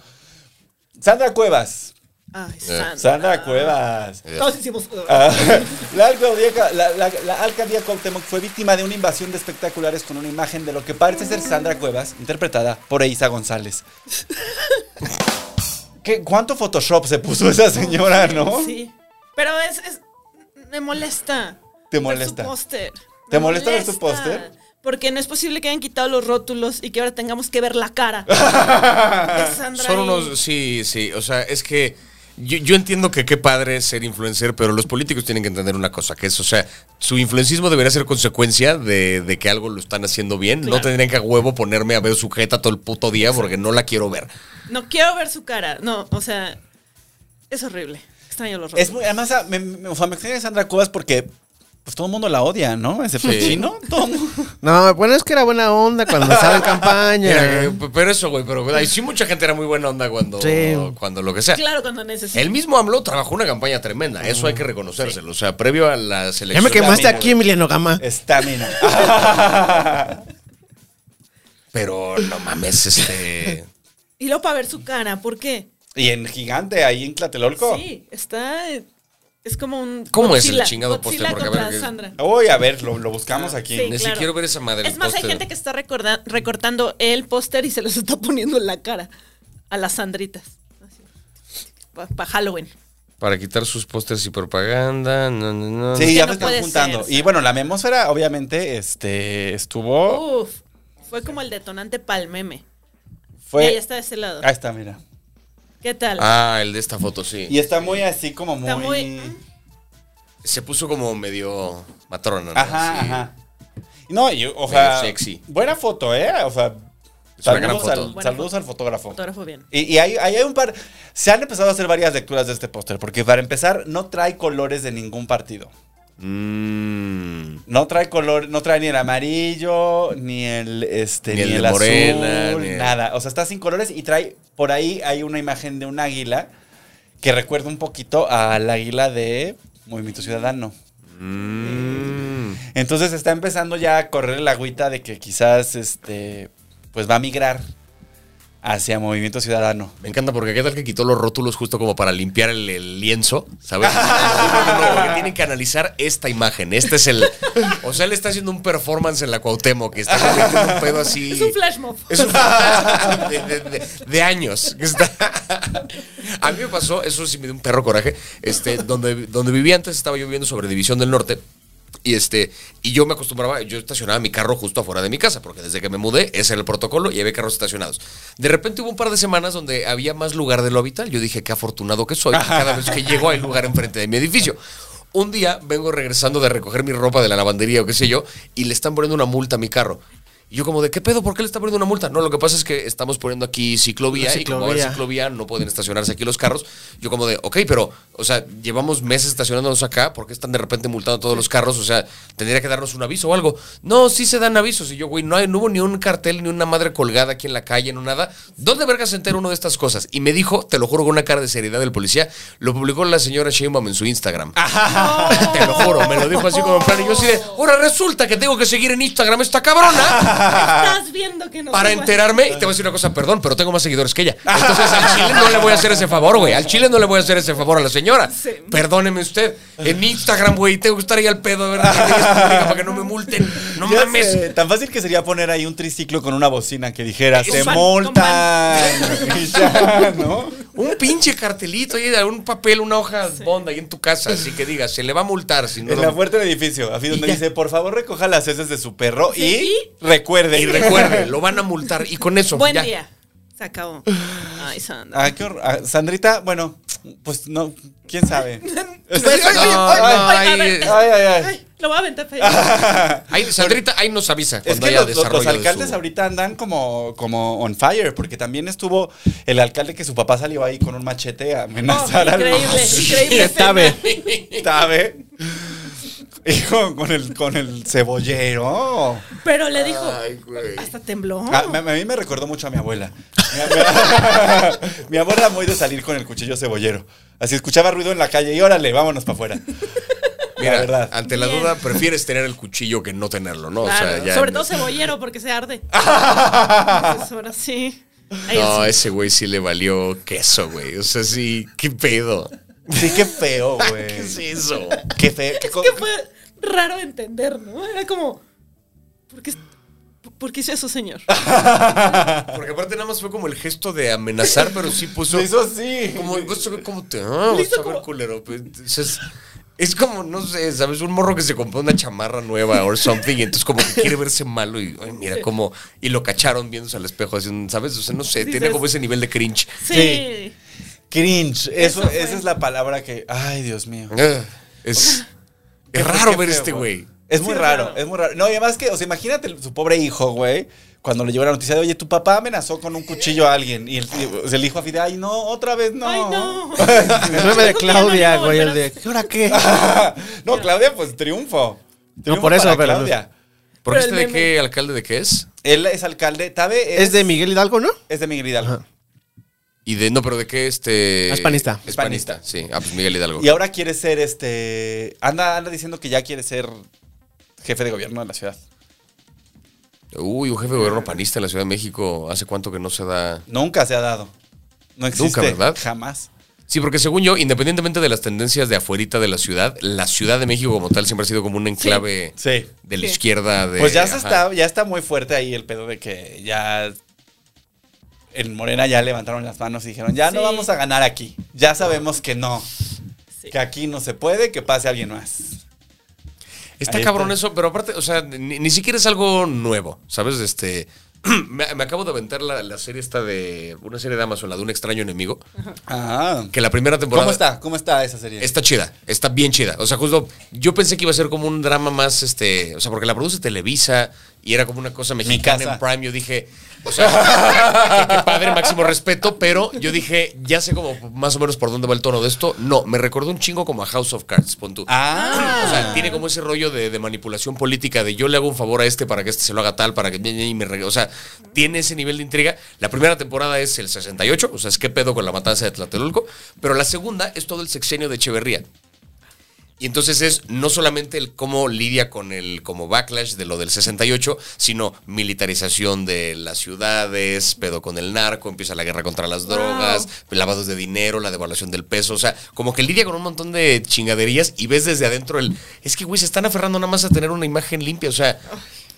Sandra Cuevas. Eh, Ay, Sandra. Sandra Cuevas. Todos hicimos. Ah, La alcaldía, la, la- la alcaldía Cuauhtémoc fue víctima de una invasión de espectaculares con una imagen de lo que parece ser Sandra Cuevas, interpretada por Eiza González. ¿Qué, ¿Cuánto Photoshop se puso esa señora, no? Sí. Pero es, es- Me molesta. Te ver molesta. su póster. ¿Te Me molesta ver su póster? Porque no es posible que hayan quitado los rótulos y que ahora tengamos que ver la cara. de Sandra Son ahí. unos, sí, sí, o sea, es que yo, yo entiendo que qué padre es ser influencer, pero los políticos tienen que entender una cosa, que es, o sea, su influencismo debería ser consecuencia de, de que algo lo están haciendo bien, no Claro. tendrían que a huevo ponerme a ver sujeta todo el puto día porque no la quiero ver. No quiero ver su cara. No, o sea. Es horrible. Extraño los rótulos. Es muy, además, ah, me, me- o sea, me extraña Sandra Cuevas porque pues, todo el mundo la odia, ¿no? Excepto el Sí. chino. Todo el mundo. No, bueno, es que era buena onda cuando estaba en campaña. Mira, eh, p- pero eso, güey, pero ay, sí mucha gente era muy buena onda cuando, Sí. cuando lo que sea. Claro, Ah, cuando necesito. El mismo AMLO trabajó una campaña tremenda, eso hay que reconocérselo. O sea, previo a la ya selección. me quemaste amigo. aquí, Emiliano Gama. Estamina. Pero no mames, este. Y luego para ver su cara, ¿por qué? y en gigante, ahí en Tlatelolco. Sí, está. Es como un. ¿Cómo es el Godzilla- chingado Godzilla póster? Porque a ver contra qué- Sandra. Uy, a ver, lo, lo buscamos aquí. Sí, Ni claro. siquiera ver esa madre, Es el más, hay póster. gente que está recorda- recortando el póster y se los está poniendo en la cara a las sandritas. Para Halloween. Para quitar sus pósters y propaganda. No, no, no. Sí, que ya me no están puede juntando. y ser, Sandra. bueno, la memósfera, obviamente, este estuvo. Oh. Uf, fue como el detonante para el meme. fue. Ella está de ese lado. Ahí está, mira. ¿Qué tal? Ah, el Ah, de esta foto, sí. Y está muy así como muy. Está muy- se puso como medio matrona. ¿no? Ajá, ah, Sí. ajá. No, y, o sea, Medio sexy. buena foto, ¿eh? O sea, Es una gran saludos, al, foto. Buena saludos foto. al fotógrafo. Fotógrafo bien. Y, y ahí, ahí hay un par. Se han empezado a hacer varias lecturas de este póster, porque para empezar, no trae colores de ningún partido. Mm. No trae color, no trae ni el amarillo, ni el este, Ni el de azul, morena, ni el- nada. O sea, está sin colores y trae por ahí hay una imagen de un águila que recuerda un poquito al águila de Movimiento Ciudadano. Mm. Entonces está empezando ya a correr el agüita de que quizás este pues va a migrar hacia Movimiento Ciudadano. Me encanta porque qué tal que quitó los rótulos justo como para limpiar el, el lienzo, ¿sabes? No, no, no, porque tienen que analizar esta imagen. Este es el... O sea, él está haciendo un performance en la Cuauhtémoc que está metiendo un pedo así... Es un flash mob. Es un flash de, de- de- de años. que está. A mí me pasó, eso sí me dio un perro coraje. Este, donde, donde vivía antes, estaba yo viviendo sobre División del Norte. Y este, y yo me acostumbraba, yo estacionaba mi carro justo afuera de mi casa, porque desde que me mudé, ese era el protocolo y había carros estacionados. De repente hubo un par de semanas donde había más lugar de lo habitual. Yo dije, qué afortunado que soy, que cada vez que llego hay lugar enfrente de mi edificio. Un día vengo regresando de recoger mi ropa de la lavandería o qué sé yo, y le están poniendo una multa a mi carro. Y yo como de, ¿qué pedo? ¿Por qué le está poniendo una multa? No, lo que pasa es que estamos poniendo aquí ciclovía, La y como va a haber ciclovía. ciclovía no pueden estacionarse aquí los carros. Yo como de, ok, pero, o sea, llevamos meses estacionándonos acá, ¿por qué están de repente multando todos los carros? O sea, tendría que darnos un aviso o algo. No, sí se dan avisos. Y yo, güey, no, hay, no hubo ni un cartel, ni una madre colgada aquí en la calle, no nada. ¿Dónde vergas se entera uno de estas cosas? Y me dijo, te lo juro con una cara de seriedad del policía, lo publicó la señora Sheinbaum en su Instagram. Te lo juro, me lo dijo así como en plan. Y yo así de, ahora resulta que tengo que seguir en Instagram a esta cabrona Estás viendo que no. Pues para enterarme. Y te voy a decir una cosa, perdón, pero tengo más seguidores que ella. Entonces al Chile no le voy a hacer ese favor, güey. Al Chile no le voy a hacer ese favor a la señora. Sí. Perdóneme usted. En Instagram, güey, tengo que estar ahí al pedo a ver qué leyes publica para que no me multen. No Ya mames. sé, tan fácil que sería poner ahí un triciclo con una bocina que dijera, Con se pan, multan. Y ya, ¿no? Un pinche cartelito y un papel, una hoja bonda ahí en tu casa, así que diga, se le va a multar si no. En lo- la puerta del edificio, así donde ya. dice, por favor recoja las heces de su perro Sí. y recuerde. Y recuerde, lo van a multar y con eso. Buen ya. día. Se acabó. Ay, Sandra. Ah, qué horror. Ah, Sandrita, bueno, pues no, quién sabe. Pues, No, no, ay, ahí- a ver. Ay, ay, ay. Ay, lo voy a aventar para allá. ahí, Sandrita, ahí nos avisa Es cuando que haya los, los- los desarrollo. de alcaldes su- ahorita andan como, como on fire, porque también estuvo el alcalde que su papá salió ahí con un machete a amenazar Oh, al increíble, increíble. Está bien. ¿Sabe? Y con, con el, con el cebollero. Pero le dijo, Ay, güey. hasta tembló. Ah, A, a mí Ah, me recordó mucho a mi abuela. Mi abuela, mi abuela muy de salir con el cuchillo cebollero. Así escuchaba ruido en la calle y órale, vámonos para afuera. Mira, la verdad. ante la Bien. duda, prefieres tener el cuchillo que no tenerlo, ¿no? Claro, o sea, ya. sobre todo cebollero porque se arde. Entonces, ahora sí. Ahí No, sí. ese güey sí le valió queso, güey. O sea, sí, qué pedo. Sí, qué feo, güey. ¿Qué es eso? Qué feo. eh. qué co- Es que fue raro de entender, ¿no? Era como, ¿por qué, por qué hizo eso, señor? Ah, Porque aparte nada más fue como el gesto de amenazar, pero sí puso. Lo hizo así. Como, pues, como te. Ah, Lo hizo a ver, como- culero. pues, es, es como, no sé, ¿sabes? Un morro que se compró una chamarra nueva o something y entonces como que quiere verse malo y, ay, mira, como. Y lo cacharon viéndose al espejo, haciendo, ¿sabes? O sea, no sé, tiene Dices- como ese nivel de cringe. Sí. Sí. Cringe. Eso, Eso fue. esa es la palabra que. Ay, Dios mío. Ah, Es, Qué- es raro qué ver feo, este güey. Es muy Sí, es raro, raro. es muy raro. No, y además que, o sea, imagínate su pobre hijo, güey, cuando le llegó la noticia de, oye, tu papá amenazó con un cuchillo a alguien. Y el, y el hijo así de, ay, no, otra vez no. Ay, no. El meme de Algún día no Claudia, lo güey, el de, volverás. ¿qué hora qué? no, Claudia, pues triunfo. Triunfo por eso, para pero- Claudia. Pero Porque este el de meme- qué alcalde de qué es? Él es alcalde, Tabe es, Es de Miguel Hidalgo, ¿no? es de Miguel Hidalgo. Ajá. Y de no, pero de qué este. Es panista. Es panista, sí. Ah, pues Miguel Hidalgo. Y ahora quiere ser este. Anda, anda diciendo que ya quiere ser jefe de gobierno de la ciudad. Uy, un jefe de gobierno panista en la Ciudad de México. ¿Hace cuánto que no se da? Nunca se ha dado. No existe. ¿verdad? Jamás. Sí, porque según yo, independientemente de las tendencias de afuerita de la ciudad, la Ciudad de México como tal siempre ha sido como un enclave Sí. de la Sí. izquierda. De, Pues ya, se ajá. está, ya está muy fuerte ahí el pedo de que ya. En Morena ya levantaron las manos y dijeron: Ya no Sí. vamos a ganar aquí. Ya sabemos que no. Sí. Que aquí no se puede, que pase alguien más. Está Ahí cabrón está. eso, pero aparte, o sea, ni, ni siquiera es algo nuevo, ¿sabes? Este, me, me acabo de aventar la, la serie esta de. Una serie de Amazon, la de un extraño enemigo. Ah. Que la primera temporada. ¿Cómo está? ¿Cómo está esa serie? Está chida, está bien chida. O sea, justo yo pensé que iba a ser como un drama más, este, o sea, porque la produce Televisa y era como una cosa mexicana casa. en Prime. Yo dije, o sea, qué padre, máximo respeto, pero yo dije, ya sé como más o menos por dónde va el tono de esto. No, me recordó un chingo como a House of Cards, pon tú. Ah. O sea, tiene como ese rollo de, de manipulación política, de yo le hago un favor a este para que este se lo haga tal, para que... Y me re- o sea, tiene ese nivel de intriga. La primera temporada es el 68, o sea, es qué pedo con la matanza de Tlatelolco, pero la segunda es todo el sexenio de Echeverría. Y entonces es no solamente el cómo lidia con el como backlash de lo del 68, sino militarización de las ciudades, pedo con el narco, empieza la guerra contra las drogas, lavados de dinero, la devaluación del peso, o sea, como que lidia con un montón de chingaderías y ves desde adentro el, es que güey, se están aferrando nada más a tener una imagen limpia, o sea,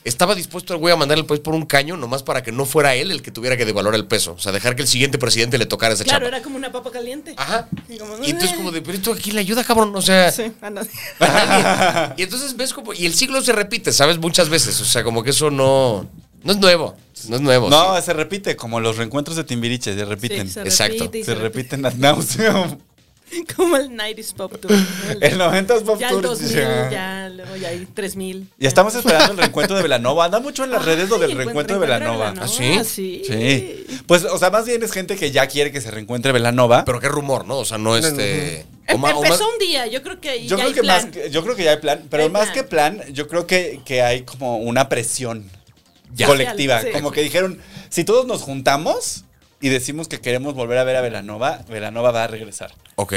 estaba dispuesto el güey a mandar el país por un caño nomás para que no fuera él el que tuviera que devaluar el peso, o sea, dejar que el siguiente presidente le tocara esa Claro, chapa. era como una papa caliente. Ajá. Y como, Y entonces como de, pero esto aquí le ayuda, cabrón, o sea, Sí, ah, no. y entonces ves como. Y el ciclo se repite, ¿sabes? Muchas veces. O sea, como que eso no. No es nuevo. No es nuevo. No, se repite, como los reencuentros de Timbiriche, se repiten. Sí, se se Exacto. repite y se repiten ad nauseam. Como el 90s Pop Tour. ¿no? El- El 90s Pop ya el Tour. 2000, ya. ya, luego ya hay 3000. Y estamos esperando el reencuentro de Velanova. Anda mucho en las redes lo del Ay, reencuentro de encuentro Velanova. Velanova, ¿Ah, sí? sí? Sí. Pues, o sea, más bien es gente que ya quiere que se reencuentre Velanova. Pero qué rumor, ¿no? O sea, no este. Em- o ma- o ma- Empezó un día, yo creo que ahí Yo ya creo, hay que plan. más, que- yo creo que ya hay plan, pero Hay más plan. que plan, yo creo que, que hay como una presión Ya. colectiva. Sí. Como que dijeron, si todos nos juntamos y decimos que queremos volver a ver a Velanova, Velanova va a regresar. ok.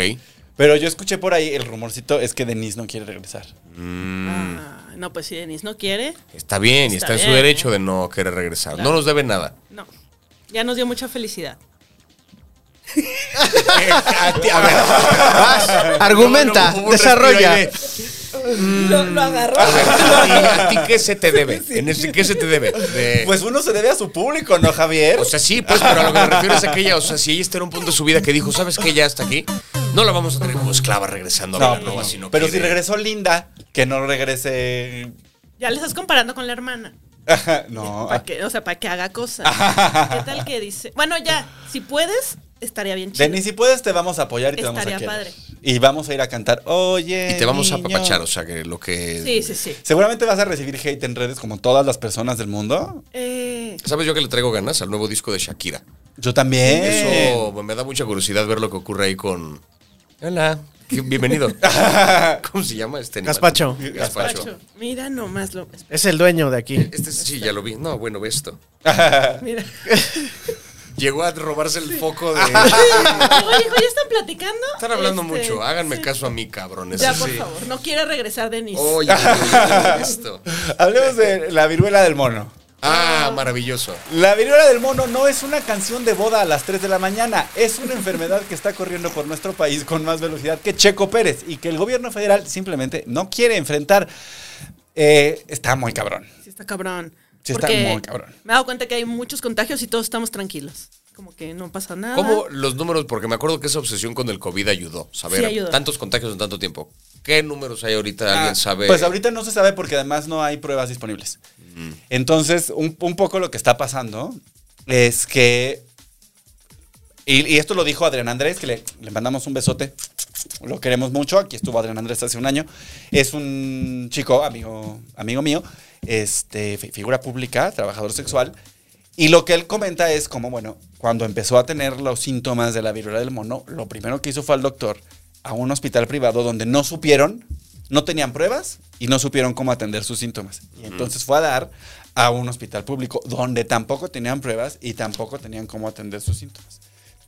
Pero yo escuché por ahí el rumorcito es que Denise no quiere regresar. Mm. Ah, no, pues si Denise no quiere, Está bien, y está Está en su bien, derecho de no querer regresar. No nos debe nada. no. Ya nos dio mucha felicidad. A ti- a ver. Argumenta, Hubo un- hubo un desarrolla. respiro ahí de, Mm. Lo, lo agarró. ¿A ti a ti qué se te debe? ¿En ese qué se te debe? De- Pues uno se debe a su público, ¿no, Javier? Eh. O sea, sí, pues, pero a lo que me refiero es a que ella, o sea, si ella está en un punto de su vida que dijo, ¿sabes qué? Ya hasta aquí, no la vamos a tener como esclava regresando a no, pues Velanova, no. sino pero que si de- regresó Linda, que no regrese... Ya le estás comparando con la hermana. Ajá, no. Para que, o sea, para que haga cosas. ¿Qué tal que dice? Bueno, ya, si puedes, estaría bien chido. Denis, si puedes, te vamos a apoyar y te vamos a Estaría querer. padre. Y vamos a ir a cantar, oye. Y te vamos a niño". apapachar, o sea, que lo que... Sí, sí, sí. Seguramente vas a recibir hate en redes como todas las personas del mundo. Eh, ¿Sabes yo que le traigo ganas al nuevo disco de Shakira? Yo también. Eso me da mucha curiosidad ver lo que ocurre ahí con... Hola. Qué- Bienvenido. ¿Cómo se llama este? animal? Gazpacho. Gazpacho. Pacho, mira nomás lo. espera, Es el dueño de aquí. Este sí, ya lo vi. No, bueno, ve esto. Ah. Mira. Llegó a robarse el foco de... Oye, hijo, ¿ya están platicando? Están hablando Este, mucho. Háganme sí. caso a mí, cabrones. Ya, Sí. por favor, no quiere regresar Denis. Oye, ¿qué es esto. Hablemos de la viruela del mono. Ah, maravilloso. La viruela del mono no es una canción de boda a las 3 de la mañana, es una enfermedad que está corriendo por nuestro país con más velocidad que Checo Pérez y que el gobierno federal simplemente no quiere enfrentar. Eh, está muy cabrón. Sí, está cabrón. Sí, está muy cabrón. Me he dado cuenta que hay muchos contagios y todos estamos tranquilos. Como que no pasa nada. ¿Cómo los números? Porque me acuerdo que esa obsesión con el COVID ayudó. Saber Sí, ayudó. tantos contagios en tanto tiempo. ¿Qué números hay ahorita? ¿Alguien Ah, sabe? Pues ahorita no se sabe porque además no hay pruebas disponibles. Entonces, un, un poco lo que está pasando es que. Y, y esto lo dijo Adrián Andrés, que le, le mandamos un besote. Lo queremos mucho. Aquí estuvo Adrián Andrés hace un año. Es un chico, amigo, amigo mío, este, fi- figura pública, trabajador sexual. Y lo que él comenta es como, bueno, cuando empezó a tener los síntomas de la viruela del mono, lo primero que hizo fue al doctor a un hospital privado donde no supieron, no tenían pruebas y no supieron cómo atender sus síntomas. Y entonces fue a dar a un hospital público donde tampoco tenían pruebas y tampoco tenían cómo atender sus síntomas.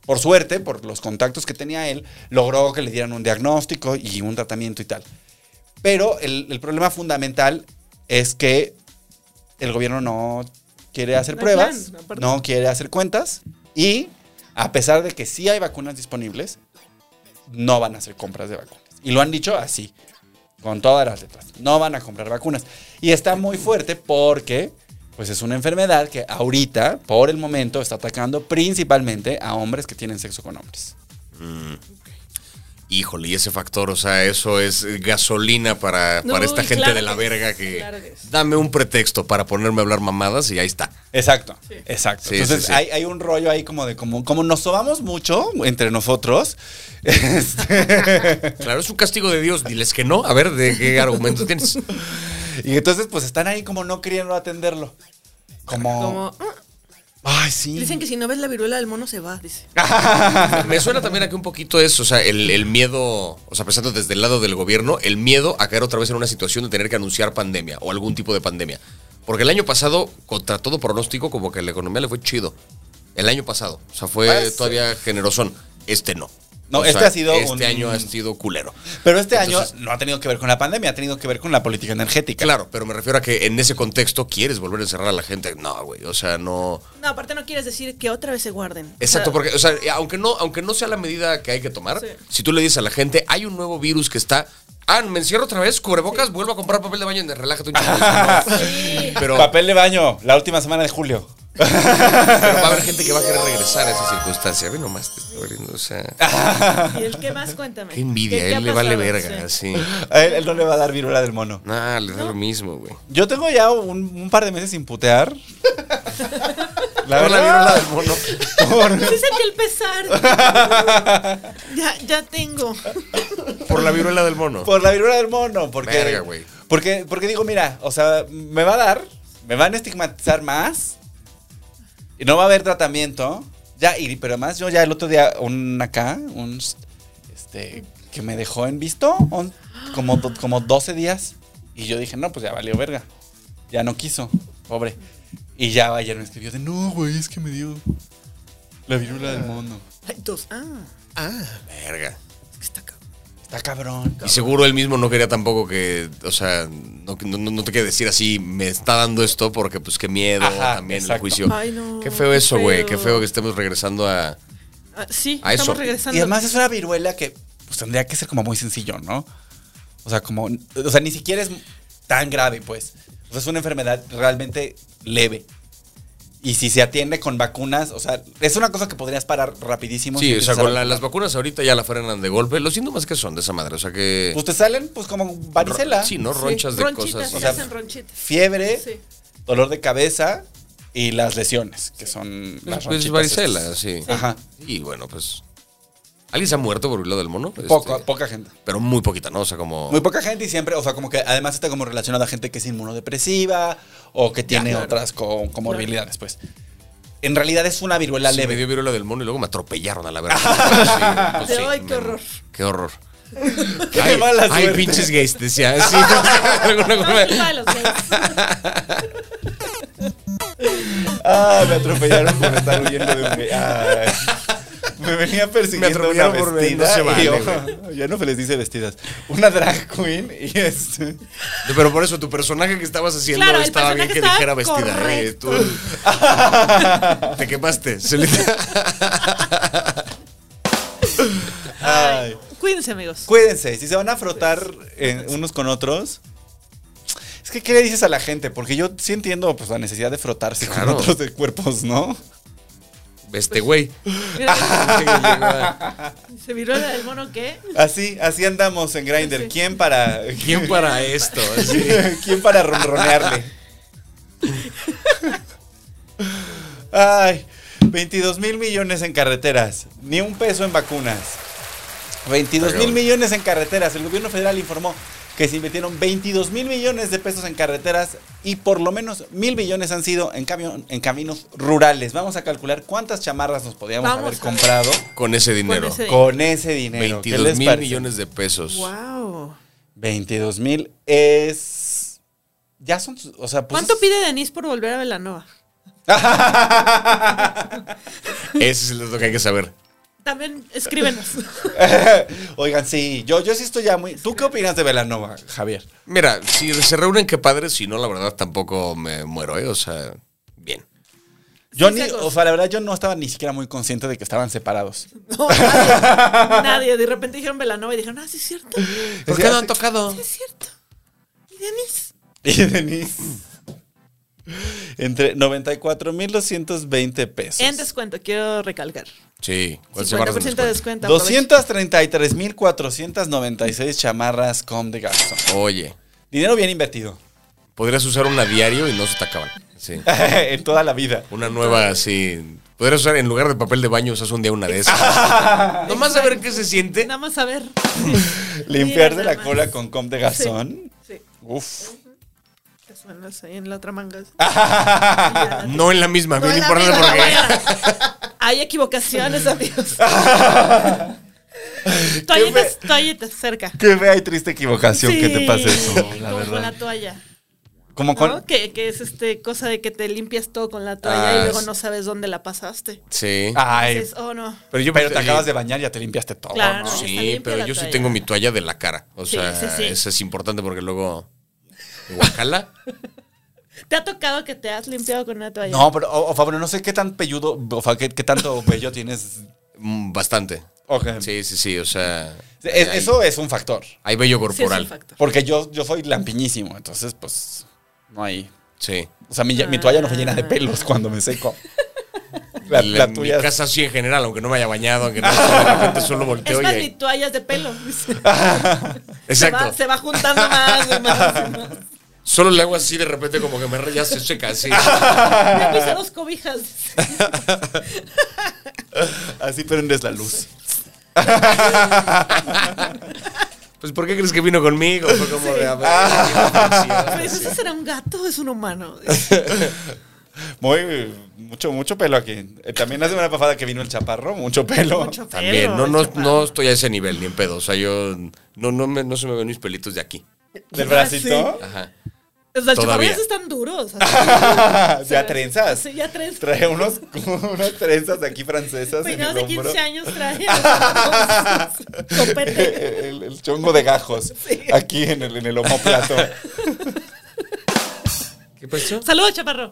Por suerte, por los contactos que tenía él, logró que le dieran un diagnóstico y un tratamiento y tal. Pero el, el problema fundamental es que el gobierno no quiere hacer No hay pruebas, plan, aparte. no quiere hacer cuentas y a pesar de que sí hay vacunas disponibles, no van a hacer compras de vacunas. Y lo han dicho así, con todas las letras. No van a comprar vacunas. Y está muy fuerte porque pues es una enfermedad que ahorita, por el momento, está atacando principalmente a hombres que tienen sexo con hombres. Híjole, y ese factor, o sea, eso es gasolina para, No, para esta y gente claro de la que es, verga que... claro que es. Dame un pretexto para ponerme a hablar mamadas y ahí está. Exacto, exacto. Sí, Entonces sí, sí. Hay, hay un rollo ahí como de como, como nos sobamos mucho entre nosotros. este, Claro, es un castigo de Dios. Diles que no. A ver, ¿de qué argumento tienes? y entonces pues están ahí como no queriendo atenderlo. Como... Como, "Ah, Ay, sí. dicen que si no ves la viruela del mono se va, dice. Ah. Me suena también a que un poquito es, o sea, el, el miedo, o sea, pensando desde el lado del gobierno, el miedo a caer otra vez en una situación de tener que anunciar pandemia o algún tipo de pandemia. Porque el año pasado, contra todo pronóstico, como que la economía le fue chido. El año pasado, o sea, fue Pues, todavía generosón. Este no. No, O sea, este ha sido Este un- año ha sido culero. Pero este Entonces- año no ha tenido que ver con la pandemia, ha tenido que ver con la política energética. Claro, pero me refiero a que en ese contexto quieres volver a encerrar a la gente. No, güey, o sea, no. No, aparte no quieres decir que otra vez se guarden. O Exacto, sea, porque, o sea, aunque no, aunque no sea la medida que hay que tomar, Sí. si tú le dices a la gente, hay un nuevo virus que está. Ah, me encierro otra vez, cubrebocas, vuelvo a comprar papel de baño, relájate un chingo. Sí. Pero, pero Papel de baño, la última semana de julio. va a haber gente que va a querer regresar a esa circunstancia. Ve nomás, te estoy abriendo, o sea, Ah. ¿Y el qué más? Cuéntame. qué envidia, ¿Qué- a qué ha él le vale pasado? verga, Sí. así. A él, él no le va a dar viruela del mono. Nah, le da lo mismo, güey. Yo tengo ya un, un par de meses sin putear. La Por la viruela del mono. Sí sentí Pues el pesar. ya, ya tengo. Por la viruela del mono. Por la viruela del mono, porque. Verga, güey. porque, porque digo, mira, o sea, me va a dar, me van a estigmatizar más. Y no va a haber tratamiento. Ya, y, pero además yo ya el otro día, un acá, un este, que me dejó en visto un- como, do- como 12 días. Y yo dije, no, pues ya valió verga. Ya no quiso, pobre. Y ya ayer me escribió de, no, güey, es que me dio la viruela del mono. Ay, dos. Ah, Verga. es que está cabrón. Está cabrón. Y seguro él mismo no quería tampoco que, o sea, no, no- no te quiere decir así, me está dando esto porque pues qué miedo Ajá, también el exacto. juicio. Ay, no, qué feo qué eso, güey, qué feo. feo que estemos regresando a... Ah, sí, A estamos eso. regresando. Y además es una viruela que pues, tendría que ser como muy sencillo, ¿no? O sea, como. O sea, ni siquiera es tan grave, pues. O sea, es una enfermedad realmente leve. Y si se atiende con vacunas, o sea, es una cosa que podrías parar rapidísimo. si Sí, o sea, empiezas a con la- vacunar. las vacunas ahorita ya la frenan de golpe. Los síntomas que son de esa madre, o sea que... Pues te salen, pues como varicela. Sí, ¿no? Ronchas de ronchitas, cosas. sí, O sea, hacen ronchitas. Fiebre, Sí. dolor de cabeza y las lesiones, que son las pues, ronchitas varicela, estas. sí. Ajá. Y bueno, pues... ¿Alguien se ha muerto por hilo del mono? Poco, Este, poca gente. Pero muy poquita, ¿no? O sea, como... Muy poca gente y siempre, o sea, como que además está como relacionada a gente que es inmunodepresiva o que tiene claro. otras co- comorbilidades, pues. En realidad es una viruela Sí, me leve. dio viruela del mono y luego me atropellaron a la verga. Sí, pues, Ay, qué sí, me- horror. Qué horror. Qué ay, mala ay, suerte. pinches gays, decía. Sí, alguna No, cosa- culpa de los gays. Ah, me atropellaron por estar huyendo de un gay. Ay. Me venía persiguiendo Me una atropellaron por- vestida. no se y, vale, ojo, ya no se les dice vestidas. Una drag queen y este. Pero por eso, tu personaje que estabas haciendo Claro, el estaba bien personaje que estaba dijera vestida. eh, tú- te quemaste. Celita. Ay. Cuídense, amigos. Cuídense, si se van a frotar eh, unos con otros. Es que, ¿qué le dices a la gente? Porque yo sí entiendo pues, la necesidad de frotarse Claro. con otros de cuerpos, ¿no? este güey. Mira, Sí, llegó a- se viruela del mono que Así, así andamos en Grindr. ¿Quién para. ¿Quién para esto? Así. ¿Quién para ronronearle? Ay, 22 mil millones en carreteras. Ni un peso en vacunas. 22 mil Cabrón. millones en carreteras. El gobierno federal informó que se invirtieron 22 mil millones de pesos en carreteras y por lo menos mil millones han sido en, camión- en caminos rurales. Vamos a calcular cuántas chamarras nos podíamos Vamos haber a- comprado Con ese dinero. ese- con ese dinero. ¿Qué 22 les mil parece? millones de pesos. Wow. Pues 22 mil es. Ya son. sus- O sea, pues. ¿Cuánto pide Denise por volver a Velanova? Ese es el dato que hay que saber. También escríbenos. Oigan, sí, yo, yo sí estoy ya muy. ¿Tú qué opinas de Velanova, Javier? Mira, si se reúnen, qué padre. Si no, la verdad, tampoco me muero, ¿eh? O sea, bien. Yo Sí, ni, saco. o sea, la verdad, yo no estaba ni siquiera muy consciente de que estaban separados. No, nadie, nadie. De repente dijeron Velanova y dijeron, ah, sí es cierto, sí ¿Por qué no han tocado? es cierto. Y Denise. Y Denise. Entre 94,220 pesos. En descuento, quiero recalcar. Sí. ¿cuántas chamarras en 50% de descuento? descuento. aprovechen. 233,496 chamarras Com de Garzón. Oye, Dinero bien invertido. podrías usar una diario y no se te acaban. Sí. en toda la vida. Una nueva así. Podrías usar en lugar de papel de baño, usas un día una de esas. Nomás a ver qué se siente. Nada más a ver. Limpiarse nada la más. cola con Com de Garzón. Sí. Uf. que suenan ahí en la otra manga. No en la misma, No bien en la importante misma porque. manga. Hay equivocaciones, amigos. Qué toallitas, fe- toallitas, cerca. Qué fea y triste equivocación que te pase eso, la como con verdad. la toalla. Como ¿no? con- Que, que es este cosa de que te limpias todo con la toalla Ah, y luego sí. no sabes dónde la pasaste. Sí. Ay, Dices, oh no. Pero yo pero te oye, acabas de bañar, ya te limpiaste todo, Claro. ¿no? Está Sí, limpia pero la yo sí toalla. tengo mi toalla de la cara. O Sí, sea, sí, sí. eso es importante porque luego. Guacala. ¿Te ha tocado que te has limpiado con una toalla? No, pero, o, o Fabio, no sé qué tan pelludo, o fa- qué, qué tanto vello tienes. Mm, Bastante. Ok. Sí, sí, sí. O sea. Es- hay- eso es un factor. Hay vello Sí, es corporal. un factor. Porque yo, yo soy lampiñísimo, entonces, pues, no hay. Sí. O sea, mi, mi toalla no fue llena de pelos cuando me seco. La, Y la en tuya. Mi casa sí en general, aunque no me haya bañado, aunque no, de repente solo Es volteo y más, ni ahí- toallas de pelo. Se va, Exacto. se va juntando más y más. y más. Solo le hago así de repente como que me re- ya se seca así. Ya puse dos cobijas. Así prendes la luz. Pues ¿por qué crees que vino conmigo? Fue como de, a ver, Ah. Me dijo, ¿ese será un gato o es un humano? Muy, mucho, mucho pelo aquí. Eh, También hace una pafada que vino el chaparro, mucho pelo. Mucho También, no, pelo, no, chaparro. no estoy a ese nivel, ni en pedo. O sea, yo no, no, me- no se me ven mis pelitos de aquí. Ah, Del bracito. Ajá. O sea, Todavía. chaparrillos están duros. Ya trenzas. Sí, ya trenzas. Trae unos, unas trenzas aquí francesas en Peinados el de hombro. 15 años traje. Copete. El, el chongo de gajos. Aquí en el, en el homoplato. ¿Qué pasó? Saludos, chaparro.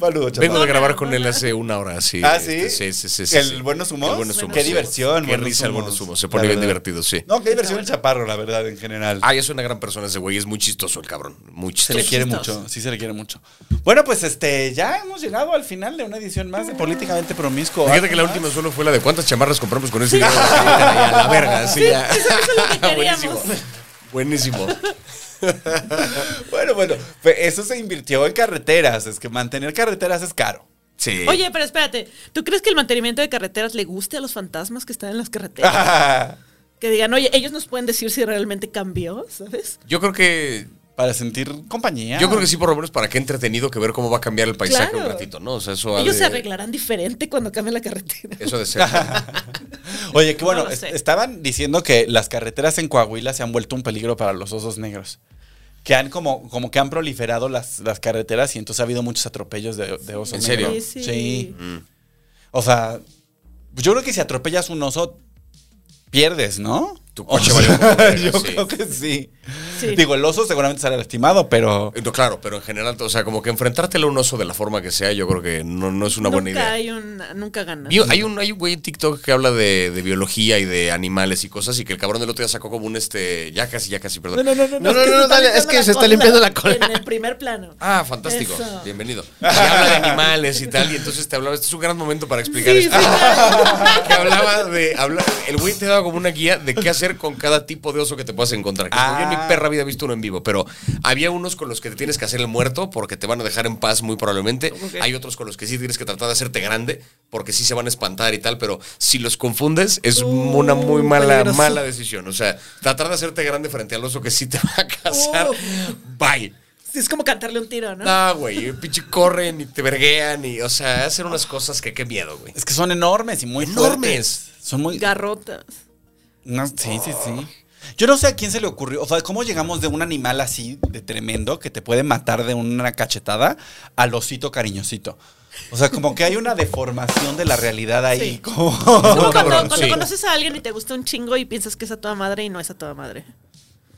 Saludos, Vengo de chaparro. grabar con él hace una hora, sí. Ah, ¿sí? este, sí, sí, sí, ¿El sí. Buenos Humos? El Buenos Humos, Qué sí. diversión, Qué Buenos risa el Humos. Buenos Humos. Se La pone bien verdad. divertido, sí. No, qué diversión el chaparro, la verdad, en general. Ay, es una gran persona ese güey. Es muy chistoso el cabrón. Muy Se le chistoso. quiere chistoso. mucho, sí se le quiere mucho. Bueno, pues este, ya hemos llegado al final de una edición más de Políticamente Promiscuo. Fíjate que la ¿Algo última solo fue la de cuántas chamarras compramos con ese dinero. A la verga, sí, ya. lo que queríamos. Buenísimo. Buenísimo. más? Bueno, bueno, pues, eso se invirtió en carreteras, es que mantener carreteras es caro. Sí. Oye, pero espérate. ¿Tú crees que el mantenimiento de carreteras le guste a los fantasmas que están en las carreteras? Para que digan, oye, ellos nos pueden decir si realmente cambió, ¿sabes? Yo creo que. sentir compañía. Yo creo que sí, por lo menos para qué entretenido que ver cómo va a cambiar el paisaje Claro. un ratito, ¿no? O sea, eso ha Ellos de- se arreglarán diferente cuando cambie la carretera. Eso ha de ser. Oye, que bueno, No lo es- sé. estaban diciendo que las carreteras en Coahuila se han vuelto un peligro para los osos negros. Que han como, como que han proliferado las, las carreteras y entonces ha habido muchos atropellos de, de osos ¿En serio? negros. Sí, sí. O sea, yo creo que si atropellas un oso, pierdes, ¿no? Tu O coche sea, vale un poco verga, Yo sí. creo que sí. Sí. Digo, el oso seguramente será lastimado, pero. No, claro, pero en general, o sea, como que enfrentártelo a un oso de la forma que sea, yo creo que no, no es una buena nunca idea. Hay una, nunca gana. Vi- hay, un, hay un güey en TikTok que habla de, de biología y de animales y cosas, y que el cabrón del otro día sacó como un este. Ya casi, ya casi, perdón. No, no, no, dale, es que se está limpiando la cola. En el primer plano. Ah, fantástico. Eso. Bienvenido. Y habla de animales y tal, y entonces te hablaba. Este es un gran momento para explicar Sí, esto. sí, claro. que hablaba de. habla- el güey te daba como una guía de qué hacer con cada tipo de oso que te puedas encontrar. Que Ah. Yo en mi perra vida he visto uno en vivo, pero había unos con los que te tienes que hacer el muerto porque te van a dejar en paz muy probablemente. Hay otros con los que sí tienes que tratar de hacerte grande porque sí se van a espantar y tal, pero si los confundes es una muy mala, Uh, peligroso. mala decisión. O sea, tratar de hacerte grande frente al oso que sí te va a cazar. Uh. Bye. Sí, es como cantarle un tiro, ¿no? No, güey, pinche corren y te verguean y, o sea, hacen unas cosas que qué miedo, güey. Es que son enormes y muy Enormes. fuertes. Son muy. Garrotas. No, sí, sí, sí. Yo no sé a quién se le ocurrió. O sea, ¿cómo llegamos de un animal así de tremendo que te puede matar de una cachetada al osito cariñosito? O sea, como que hay una deformación de la realidad ahí. Sí. como- Es como cuando, cabrón, cuando sí. conoces a alguien y te gusta un chingo y piensas que es a toda madre y no es a toda madre.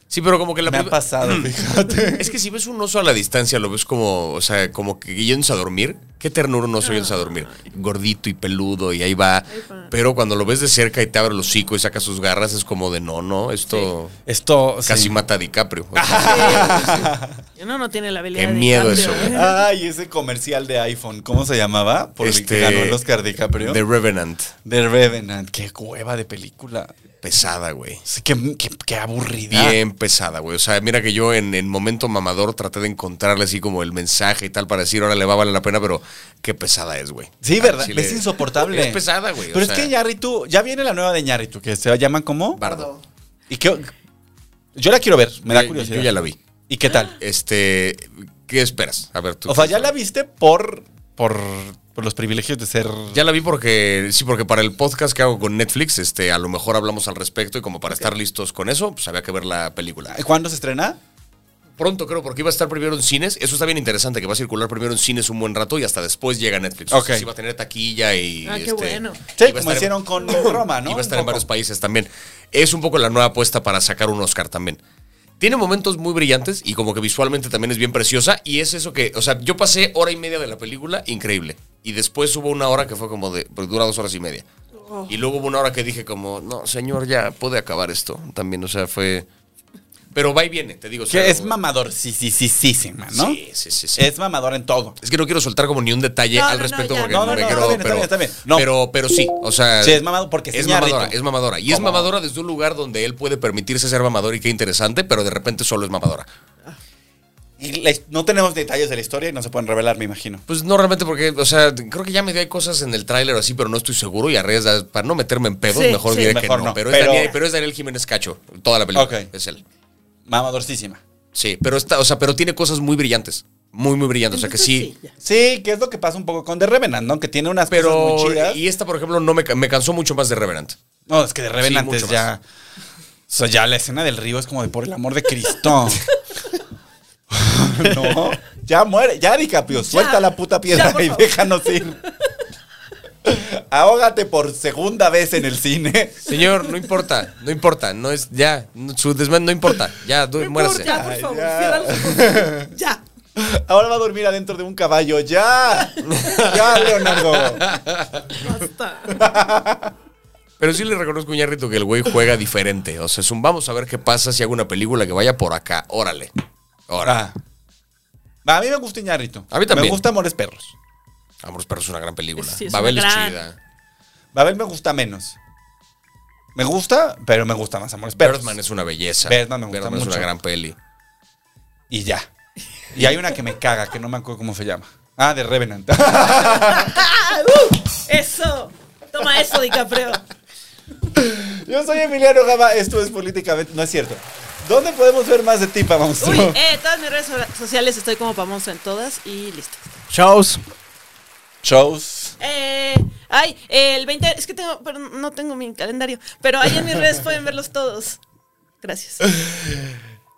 Sí, pero como que la Me ha prim- pasado, fíjate. Es que si ves un oso a la distancia, lo ves como, o sea, como que yéndose a dormir. Qué ternura un oso yéndose a dormir. Gordito y peludo y ahí va. va. Pero cuando lo ves de cerca y te abre el hocico y saca sus garras, es como de no, no, esto Esto. sí. casi mata a DiCaprio. O sea, Uno no tiene la habilidad Qué de miedo cambio, eso, ¿eh? güey. Ay, ese comercial de iPhone, ¿cómo se llamaba? Por el que Este, ganó el Oscar DiCaprio. The Revenant. The Revenant, qué cueva de película. Pesada, güey. Sí, qué, qué- qué aburrida. Bien pesada, güey. O sea, mira que yo en, en momento mamador traté de encontrarle así como el mensaje y tal para decir, ahora le va a valer la pena, pero qué pesada es, güey. Sí, Al ¿verdad? Ah, chile. Es insoportable. Es pesada, güey. o Pero es sea, que Ñarritu, ya viene la nueva de Ñarritu, que se llama como... Bardo. ¿Y qué? Yo la quiero ver, me da Yo- curiosidad. Yo ya la vi. ¿Y qué tal? Este, ¿qué esperas? A ver, tú. O sea, ya la viste por, por, por los privilegios de ser... Ya la vi porque, sí, porque para el podcast que hago con Netflix, este, a lo mejor hablamos al respecto y como para estar listos con eso, pues había que ver la película. ¿Cuándo se estrena? Pronto creo, porque iba a estar primero en cines. Eso está bien interesante, que va a circular primero en cines un buen rato y hasta después llega a Netflix. Ok. O sea, sí va a tener taquilla y... Ah, qué este, bueno. Sí, iba a como estar en- hicieron con Roma, ¿no? Iba a estar Un en poco. varios países también. Es un poco la nueva apuesta para sacar un Oscar también. Tiene momentos muy brillantes y como que visualmente también es bien preciosa. Y es eso que, o sea, yo pasé hora y media de la película, increíble. Y después hubo una hora que fue como de, pues, dura dos horas y media. Y luego hubo una hora que dije como, no, señor, ya puede acabar esto también. O sea, fue... Pero va y viene, te digo. o sea, Que es como- mamador, sí, sí, sí, sí, sí, man, ¿no? Sí, sí, sí, sí. Es mamador en todo. Es que no quiero soltar como ni un detalle No, al no, no, respecto ya. porque No, no, me no, quiero- está bien, está pero, bien, está bien. No. pero pero sí, o sea, Sí, es mamado porque es es Iñárritu. mamadora, es mamadora y es ¿Cómo? mamadora desde un lugar donde él puede permitirse ser mamador y qué interesante, pero de repente solo es mamadora. Y la- no tenemos detalles de la historia y no se pueden revelar, me imagino. Pues no realmente porque, o sea, creo que ya me dio hay cosas en el tráiler o así, pero no estoy seguro y arriesgas para no meterme en pedos, Sí, mejor sí. diré Mejor que no, no, pero, pero- Es Daniel, pero es Daniel Jiménez Cacho, toda la película Ok. es él. Mamadorcísima. Sí, pero está, o sea, pero tiene cosas muy brillantes, muy muy brillantes, o sea que Entonces, sí, ya. Pues Sí, que es lo que pasa un poco con The Revenant, ¿no? Que tiene unas pero cosas muy chidas. y esta por ejemplo no me, ca- me cansó mucho más de Revenant. No, es que The Revenant Sí, mucho es ya. O sea, ya la escena del río es como de por el amor de Cristo. no, ya muere, ya DiCaprio, suelta la puta piedra ya, por y favor. déjanos ir. Ahógate por segunda vez en el cine. Señor, no importa, no importa, no es ya, no- su desmán no importa, ya, du- No pues, muérase. importa, por Ay, favor, ya. cierra los ojos. Ya. Ahora va a dormir adentro de un caballo, ya. Ya, Leonardo. Basta. Pero sí le reconozco a Iñárritu que el güey juega diferente, o sea, es un vamos a ver qué pasa si hago una película que vaya por acá, órale. Ahora, Ahora. A mí me gusta Iñarrito. A mí también. Me gusta Amores Perros. Amor Perros es una gran película. Sí, es una Babel es gran- chida. Babel me gusta menos. Me gusta, pero me gusta más Amores Perros. Birdman es una belleza. Birdman me gusta es mucho. una gran peli. Y ya. Y hay una que me caga, que no me acuerdo cómo se llama. Ah, de Revenant. Eso. Toma eso, DiCaprio. Yo soy Emiliano Gama, esto es políticamente. No es cierto. ¿Dónde podemos ver más de ti, vamos? Uy, eh, todas mis redes so- sociales estoy como famoso en todas y listo. Shows. Shows. Eh, ay, el 20. Es que tengo. Pero no tengo mi calendario. Pero ahí en mis redes pueden verlos todos. Gracias.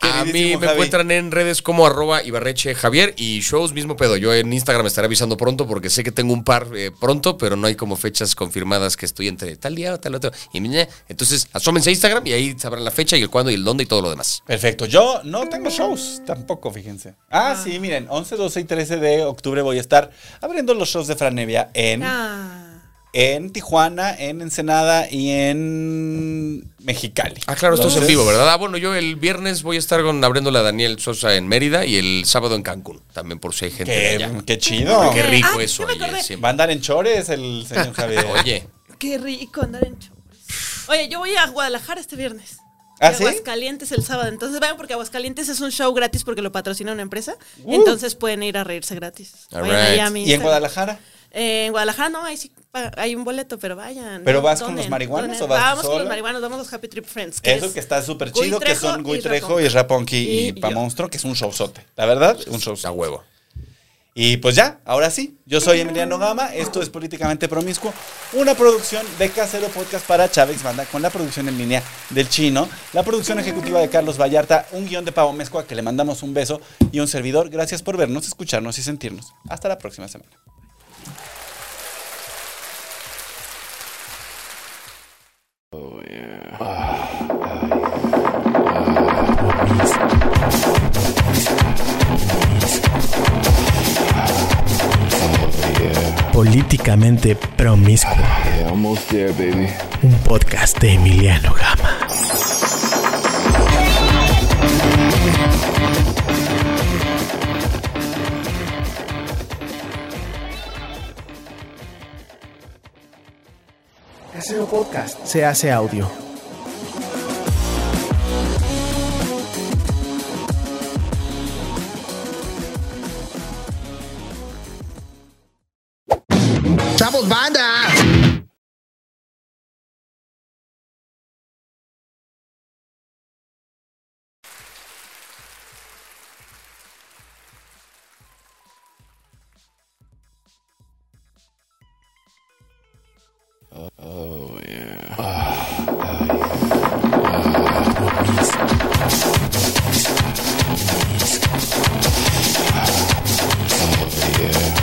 A mí Queridísimo me Javi. encuentran en redes como arroba Ibarreche Javier y shows mismo pedo. Yo en Instagram estaré avisando pronto porque sé que tengo un par eh, pronto, pero no hay como fechas confirmadas que estoy entre tal día o tal otro. Y meh. entonces asómense a Instagram y ahí sabrán la fecha y el cuándo y el dónde y todo lo demás. Perfecto. Yo no tengo shows tampoco, fíjense. Ah, sí, miren, 11, 12 y 13 de octubre voy a estar abriendo los shows de Franevia en, Ah. en Tijuana, en Ensenada y en Mexicali. Ah, claro, esto es en Entonces, vivo, ¿verdad? Ah, bueno, yo el viernes voy a estar con abriéndole a Daniel Sosa en Mérida y el sábado en Cancún, también por si hay gente de allá. Qué, qué chido. Qué rico Ah, eso, ya me oye, acordé. siempre. Va a andar en chores el señor Javier. Oye, Qué rico andar en chores. Oye, yo voy a Guadalajara este viernes. ¿Ah, Y a sí? Aguascalientes el sábado. Entonces vayan porque Aguascalientes es un show gratis porque lo patrocina una empresa. Uh. Entonces pueden ir a reírse gratis. All Vayan ahí right. a mi ¿Y en Instagram. Guadalajara? Eh, en Guadalajara no, ahí sí pa- hay un boleto, pero vayan. ¿Pero No, vas con donen, los marihuanos donen. o vas tú Vamos con sola? los marihuanos, vamos los Happy Trip Friends. que Eso es- que está súper Gui chido, que Trejo son Gui y Trejo y Rapongi. Raponki y, Y Pa yo. Monstruo, que es un showzote. La verdad, un a showzote. huevo. Y pues ya, ahora sí. Yo soy Emiliano Gama, esto es Políticamente Promiscuo, una producción de Casero Podcast para Chávez Banda, con la producción en línea del chino, la producción ejecutiva de Carlos Vallarta, un guión de Pavo Mezcua, que le mandamos un beso, y un servidor. Gracias por vernos, escucharnos y sentirnos. Hasta la próxima semana. What Políticamente Promiscuo, Yeah, almost there, baby. un podcast de Emiliano Gama. Casero Podcast se hace audio.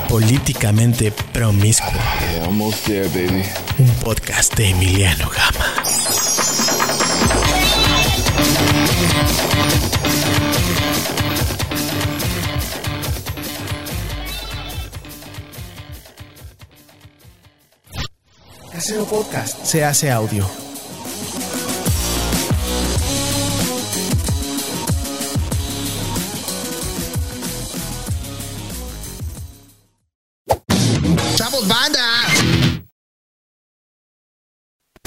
Políticamente Promiscuo, Yeah, almost there, baby. un podcast de Emiliano Gama. Casero Podcast se hace audio.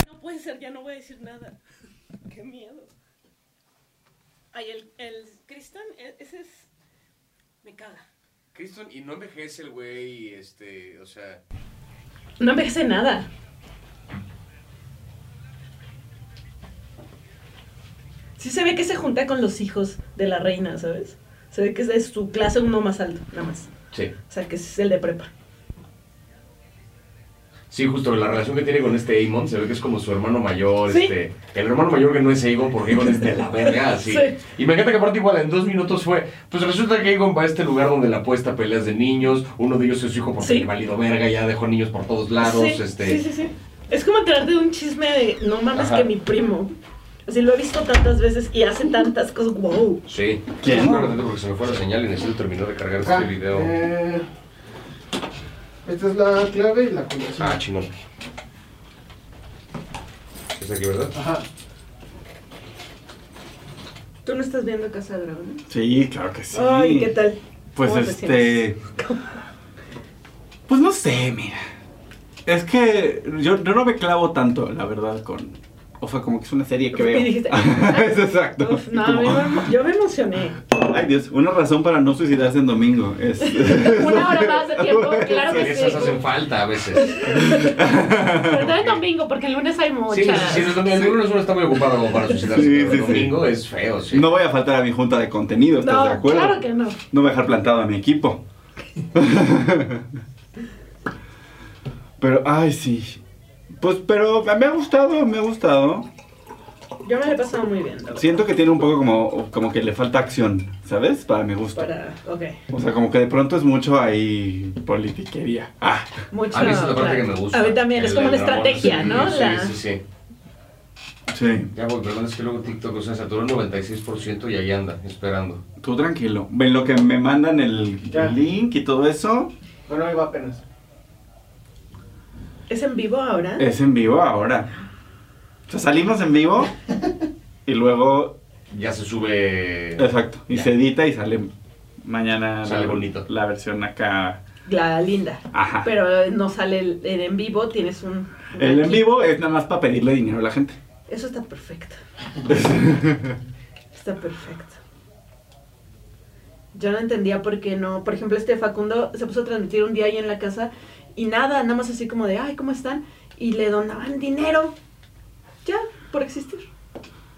No puede ser, ya no voy a decir nada. Qué miedo. Ay, el, el Kristen, e- ese es. Me caga. Kristen, y no envejece el güey, este, o sea. No envejece nada. Sí se ve que se junta con los hijos de la reina, ¿sabes? Se ve que es de su clase uno más alto, nada más. Sí. O sea, que es el de prepa. Sí, justo, la relación que tiene con este Amon se ve que es como su hermano mayor, Sí. este, el hermano mayor que no es Aegon porque Aegon es de la verga, así. Sí. Y me encanta que aparte igual en dos minutos fue, pues resulta que Aegon va a este lugar donde la apuesta peleas de niños, uno de ellos es su hijo porque Sí. le valido verga, ya dejó niños por todos lados, sí, este. sí, sí, sí. Es como enterarte de un chisme de no mames Ajá. que mi primo. Así lo he visto tantas veces y hace tantas cosas. ¡Wow! Sí. ¿Quién? No, no, no, porque se me fue la señal y necesito terminar de cargar este video. Ah, eh, esta es la clave y la conexión. Ah, chingón. Es aquí, ¿verdad? Ajá. Tú no estás viendo Casa de Dragón. ¿no? Sí, claro que sí. Ay, ¿qué tal? Pues ¿Cómo te este. Pues no sé, mira. Es que yo, yo no me clavo tanto, la verdad, con. O sea, como que es una serie que Y veo. dijiste, es exacto. Uf, no, a mí Como- me emo- yo me emocioné. Ay, Dios, una razón para no suicidarse en domingo. Es... Una hora más de tiempo, claro que sí. Esas hacen falta a veces. Pero todo el domingo, porque el lunes hay muchas. Sí, pues, sí, sí, el lunes uno está muy ocupado como para suicidarse, Sí, pero sí, el sí. domingo es feo, sí. No voy a faltar a mi junta de contenido, ¿estás no, de acuerdo? claro que no. No voy a dejar plantado a mi equipo. pero, ay, sí. Pues, pero me ha gustado, me ha gustado. Yo me la he pasado muy bien. la verdad. Siento que tiene un poco como, como que le falta acción, ¿sabes? Para mi gusto. Para, ok. O sea, como que de pronto es mucho ahí politiquería. Ah, Mucho, A mí esa es la parte claro. que me gusta. A mí también, es El- como el una dragón, estrategia, sí, ¿no? Sí, La- sí, sí. sí. Ya, güey, perdón, es que luego TikTok, o sea, saturó el 96% y ahí anda, esperando. Tú tranquilo. Ven lo que me mandan el Ya. link y todo eso. Bueno, ahí va apenas. ¿Es en vivo ahora? Eh, Es en vivo ahora. O sea, salimos en vivo y luego Ya se sube. Exacto. Y Ya. se edita y sale mañana Sale la, bonito. la versión acá. La linda. Ajá. Pero no sale el, el en vivo, tienes un... el en vivo es nada más para pedirle dinero a la gente. Eso está perfecto. Está perfecto. Yo no entendía por qué no. Por ejemplo, este Facundo se puso a transmitir un día ahí en la casa y nada, nada más así como de, ay, ¿cómo están? Y le donaban dinero. Ya, por existir.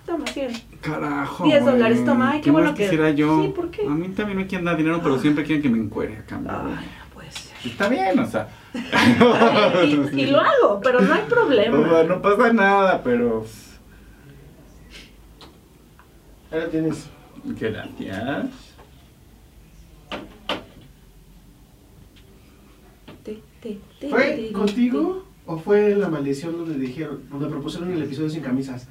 Toma, cien. Carajo. 10 güey. dólares, toma, ay, qué más bueno que- quisiera yo. Sí, ¿por qué? Ah. A mí también me quieren dar dinero, pero siempre quieren que me encuere a cambio. güey. Ay, no puede ser. Está bien, o sea. Pues Mm. Y, y lo hago, pero no hay O sea, problema. no pasa nada, pero. Ahora tienes. Gracias. Ti, ti, ti, ti, ¿Fue ti, contigo? ¿O fue la maldición donde dijeron, donde propusieron el episodio sin camisas?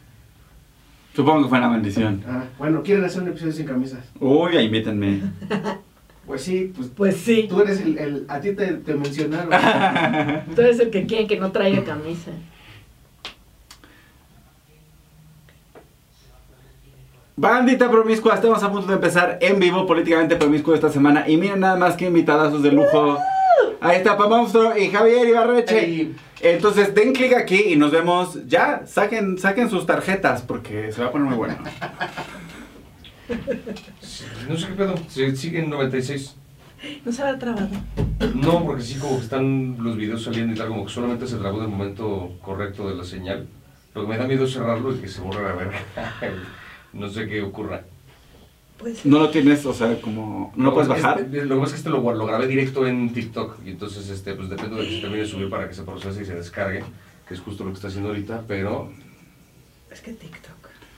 Supongo que fue una bendición. Ah, bueno, quieren hacer un episodio sin camisas. Uy, invítenme. Pues sí, pues Pues sí. tú eres el. el- a ti te, te mencionaron. Tú eres el que quiere que no traiga camisa. Bandita promiscua, estamos a punto de empezar en vivo políticamente promiscuo esta semana. Y miren nada más que invitadazos de lujo. Ahí está Pam Monstruo y Javier Ibarreche. Ey. Entonces den clic aquí y nos vemos ya. Saquen, saquen sus tarjetas porque se va a poner muy bueno. No sé qué pedo, se sigue en 96. No se habrá trabado. No, porque sí, como que están los videos saliendo y tal, como que solamente se grabó en el momento correcto de la señal. Lo que me da miedo es cerrarlo y que se borre la verga. no sé qué ocurra. Pues No lo tienes, o sea, como. No lo puedes bajar. Este, lo que pasa es que este lo, lo grabé directo en TikTok y entonces, este, pues depende de que se termine de subir para que se procese y se descargue, que es justo lo que está haciendo ahorita, pero. es que TikTok.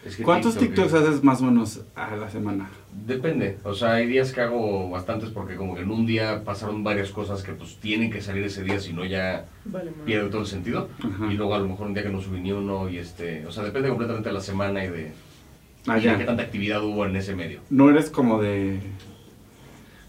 Es que ¿Cuántos TikTok TikToks es- haces más o menos a la semana? Depende, o sea, hay días que hago bastantes porque como que en un día pasaron varias cosas que pues tienen que salir ese día, si no ya Vale, madre. pierde todo el sentido. Ajá. Y luego a lo mejor un día que no subí ni uno y este, o sea, depende completamente de la semana y de, Ah, y de qué ya. tanta actividad hubo en ese medio. No eres como de.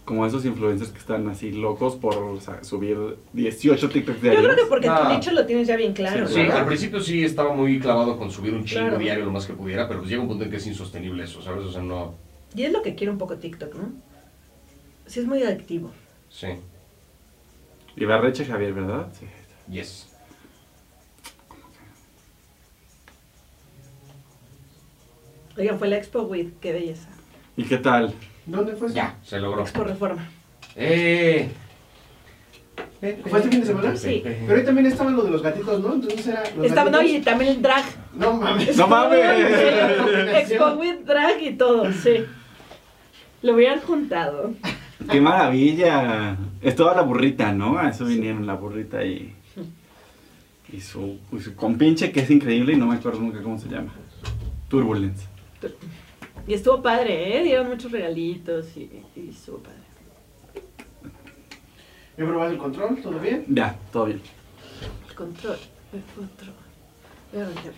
Como esos influencers que están así locos por o sea, subir 18 TikToks Yo creo diarios. que porque tu Ah. nicho lo tienes ya bien claro. Sí, ¿no? al principio sí estaba muy clavado con subir un chingo Claro. diario lo más que pudiera, pero pues llega un punto en que es insostenible eso, ¿sabes? O sea, no, Y es lo que quiere un poco TikTok, ¿no? Sí, es muy adictivo. sí, Ibarreche Javier, ¿verdad? Sí. yes. Oigan, fue la Expo WID, qué belleza. ¿Y qué tal? ¿Dónde fue? Ya, se logró. Expo Reforma. ¡Eh! ¿Fue este fin de semana? Sí. Pero ahí también estaba lo de los gatitos, ¿no? Entonces era. Los Estaba, no, y gatitos. también el drag. No mames. ¡No mames! Sí, Expo WID, drag y todo, sí. Lo hubieran juntado. ¡Qué maravilla! Es toda la burrita, ¿no? A eso vinieron la burrita y. Y su, y su compinche que es increíble y no me acuerdo nunca cómo se llama. Turbulence. Y estuvo padre, ¿eh? Dieron muchos regalitos y, y estuvo padre. ¿Me probaste el control? ¿Todo bien? Ya, todo bien. El control, el control. Voy a romper.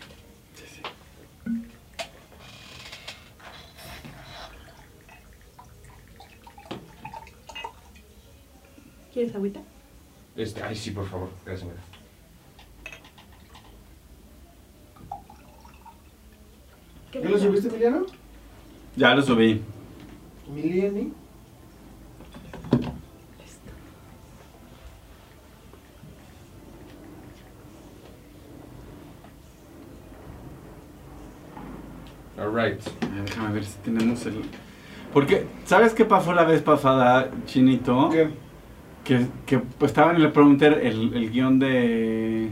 ¿Quieres agüita? Este, ay, sí, por favor, gracias, mira. ¿Qué ¿Ya lo pasa? subiste, Emiliano? Ya lo subí. Emiliani. Listo. All right. A ver, déjame ver si tenemos el. Porque, ¿sabes qué pasó la vez pasada, Chinito? ¿Qué? Que, que pues, estaba en el prompter el, el guión de.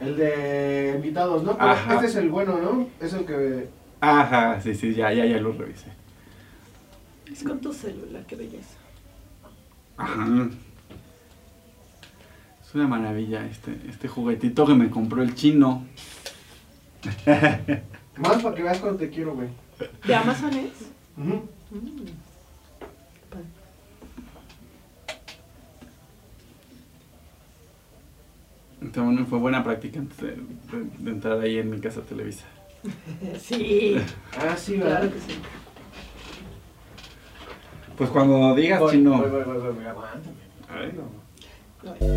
El de invitados, ¿no? Pero Ajá. este es el bueno, ¿no? Es el que. Ajá, sí, sí, ya, ya, ya lo revisé. Es con tu celular, qué belleza. Ajá. Es una maravilla este, este juguetito que me compró el chino. Más para que veas cuánto te quiero, güey. ¿De Amazon es? Ujú. Entonces, bueno, fue buena práctica antes de, de- de entrar ahí en mi casa Televisa. Sí, Ah, sí, ¿verdad? claro que sí. Pues cuando digas Voy, chino. voy, voy, voy, voy, voy, aguántame. Ay, no.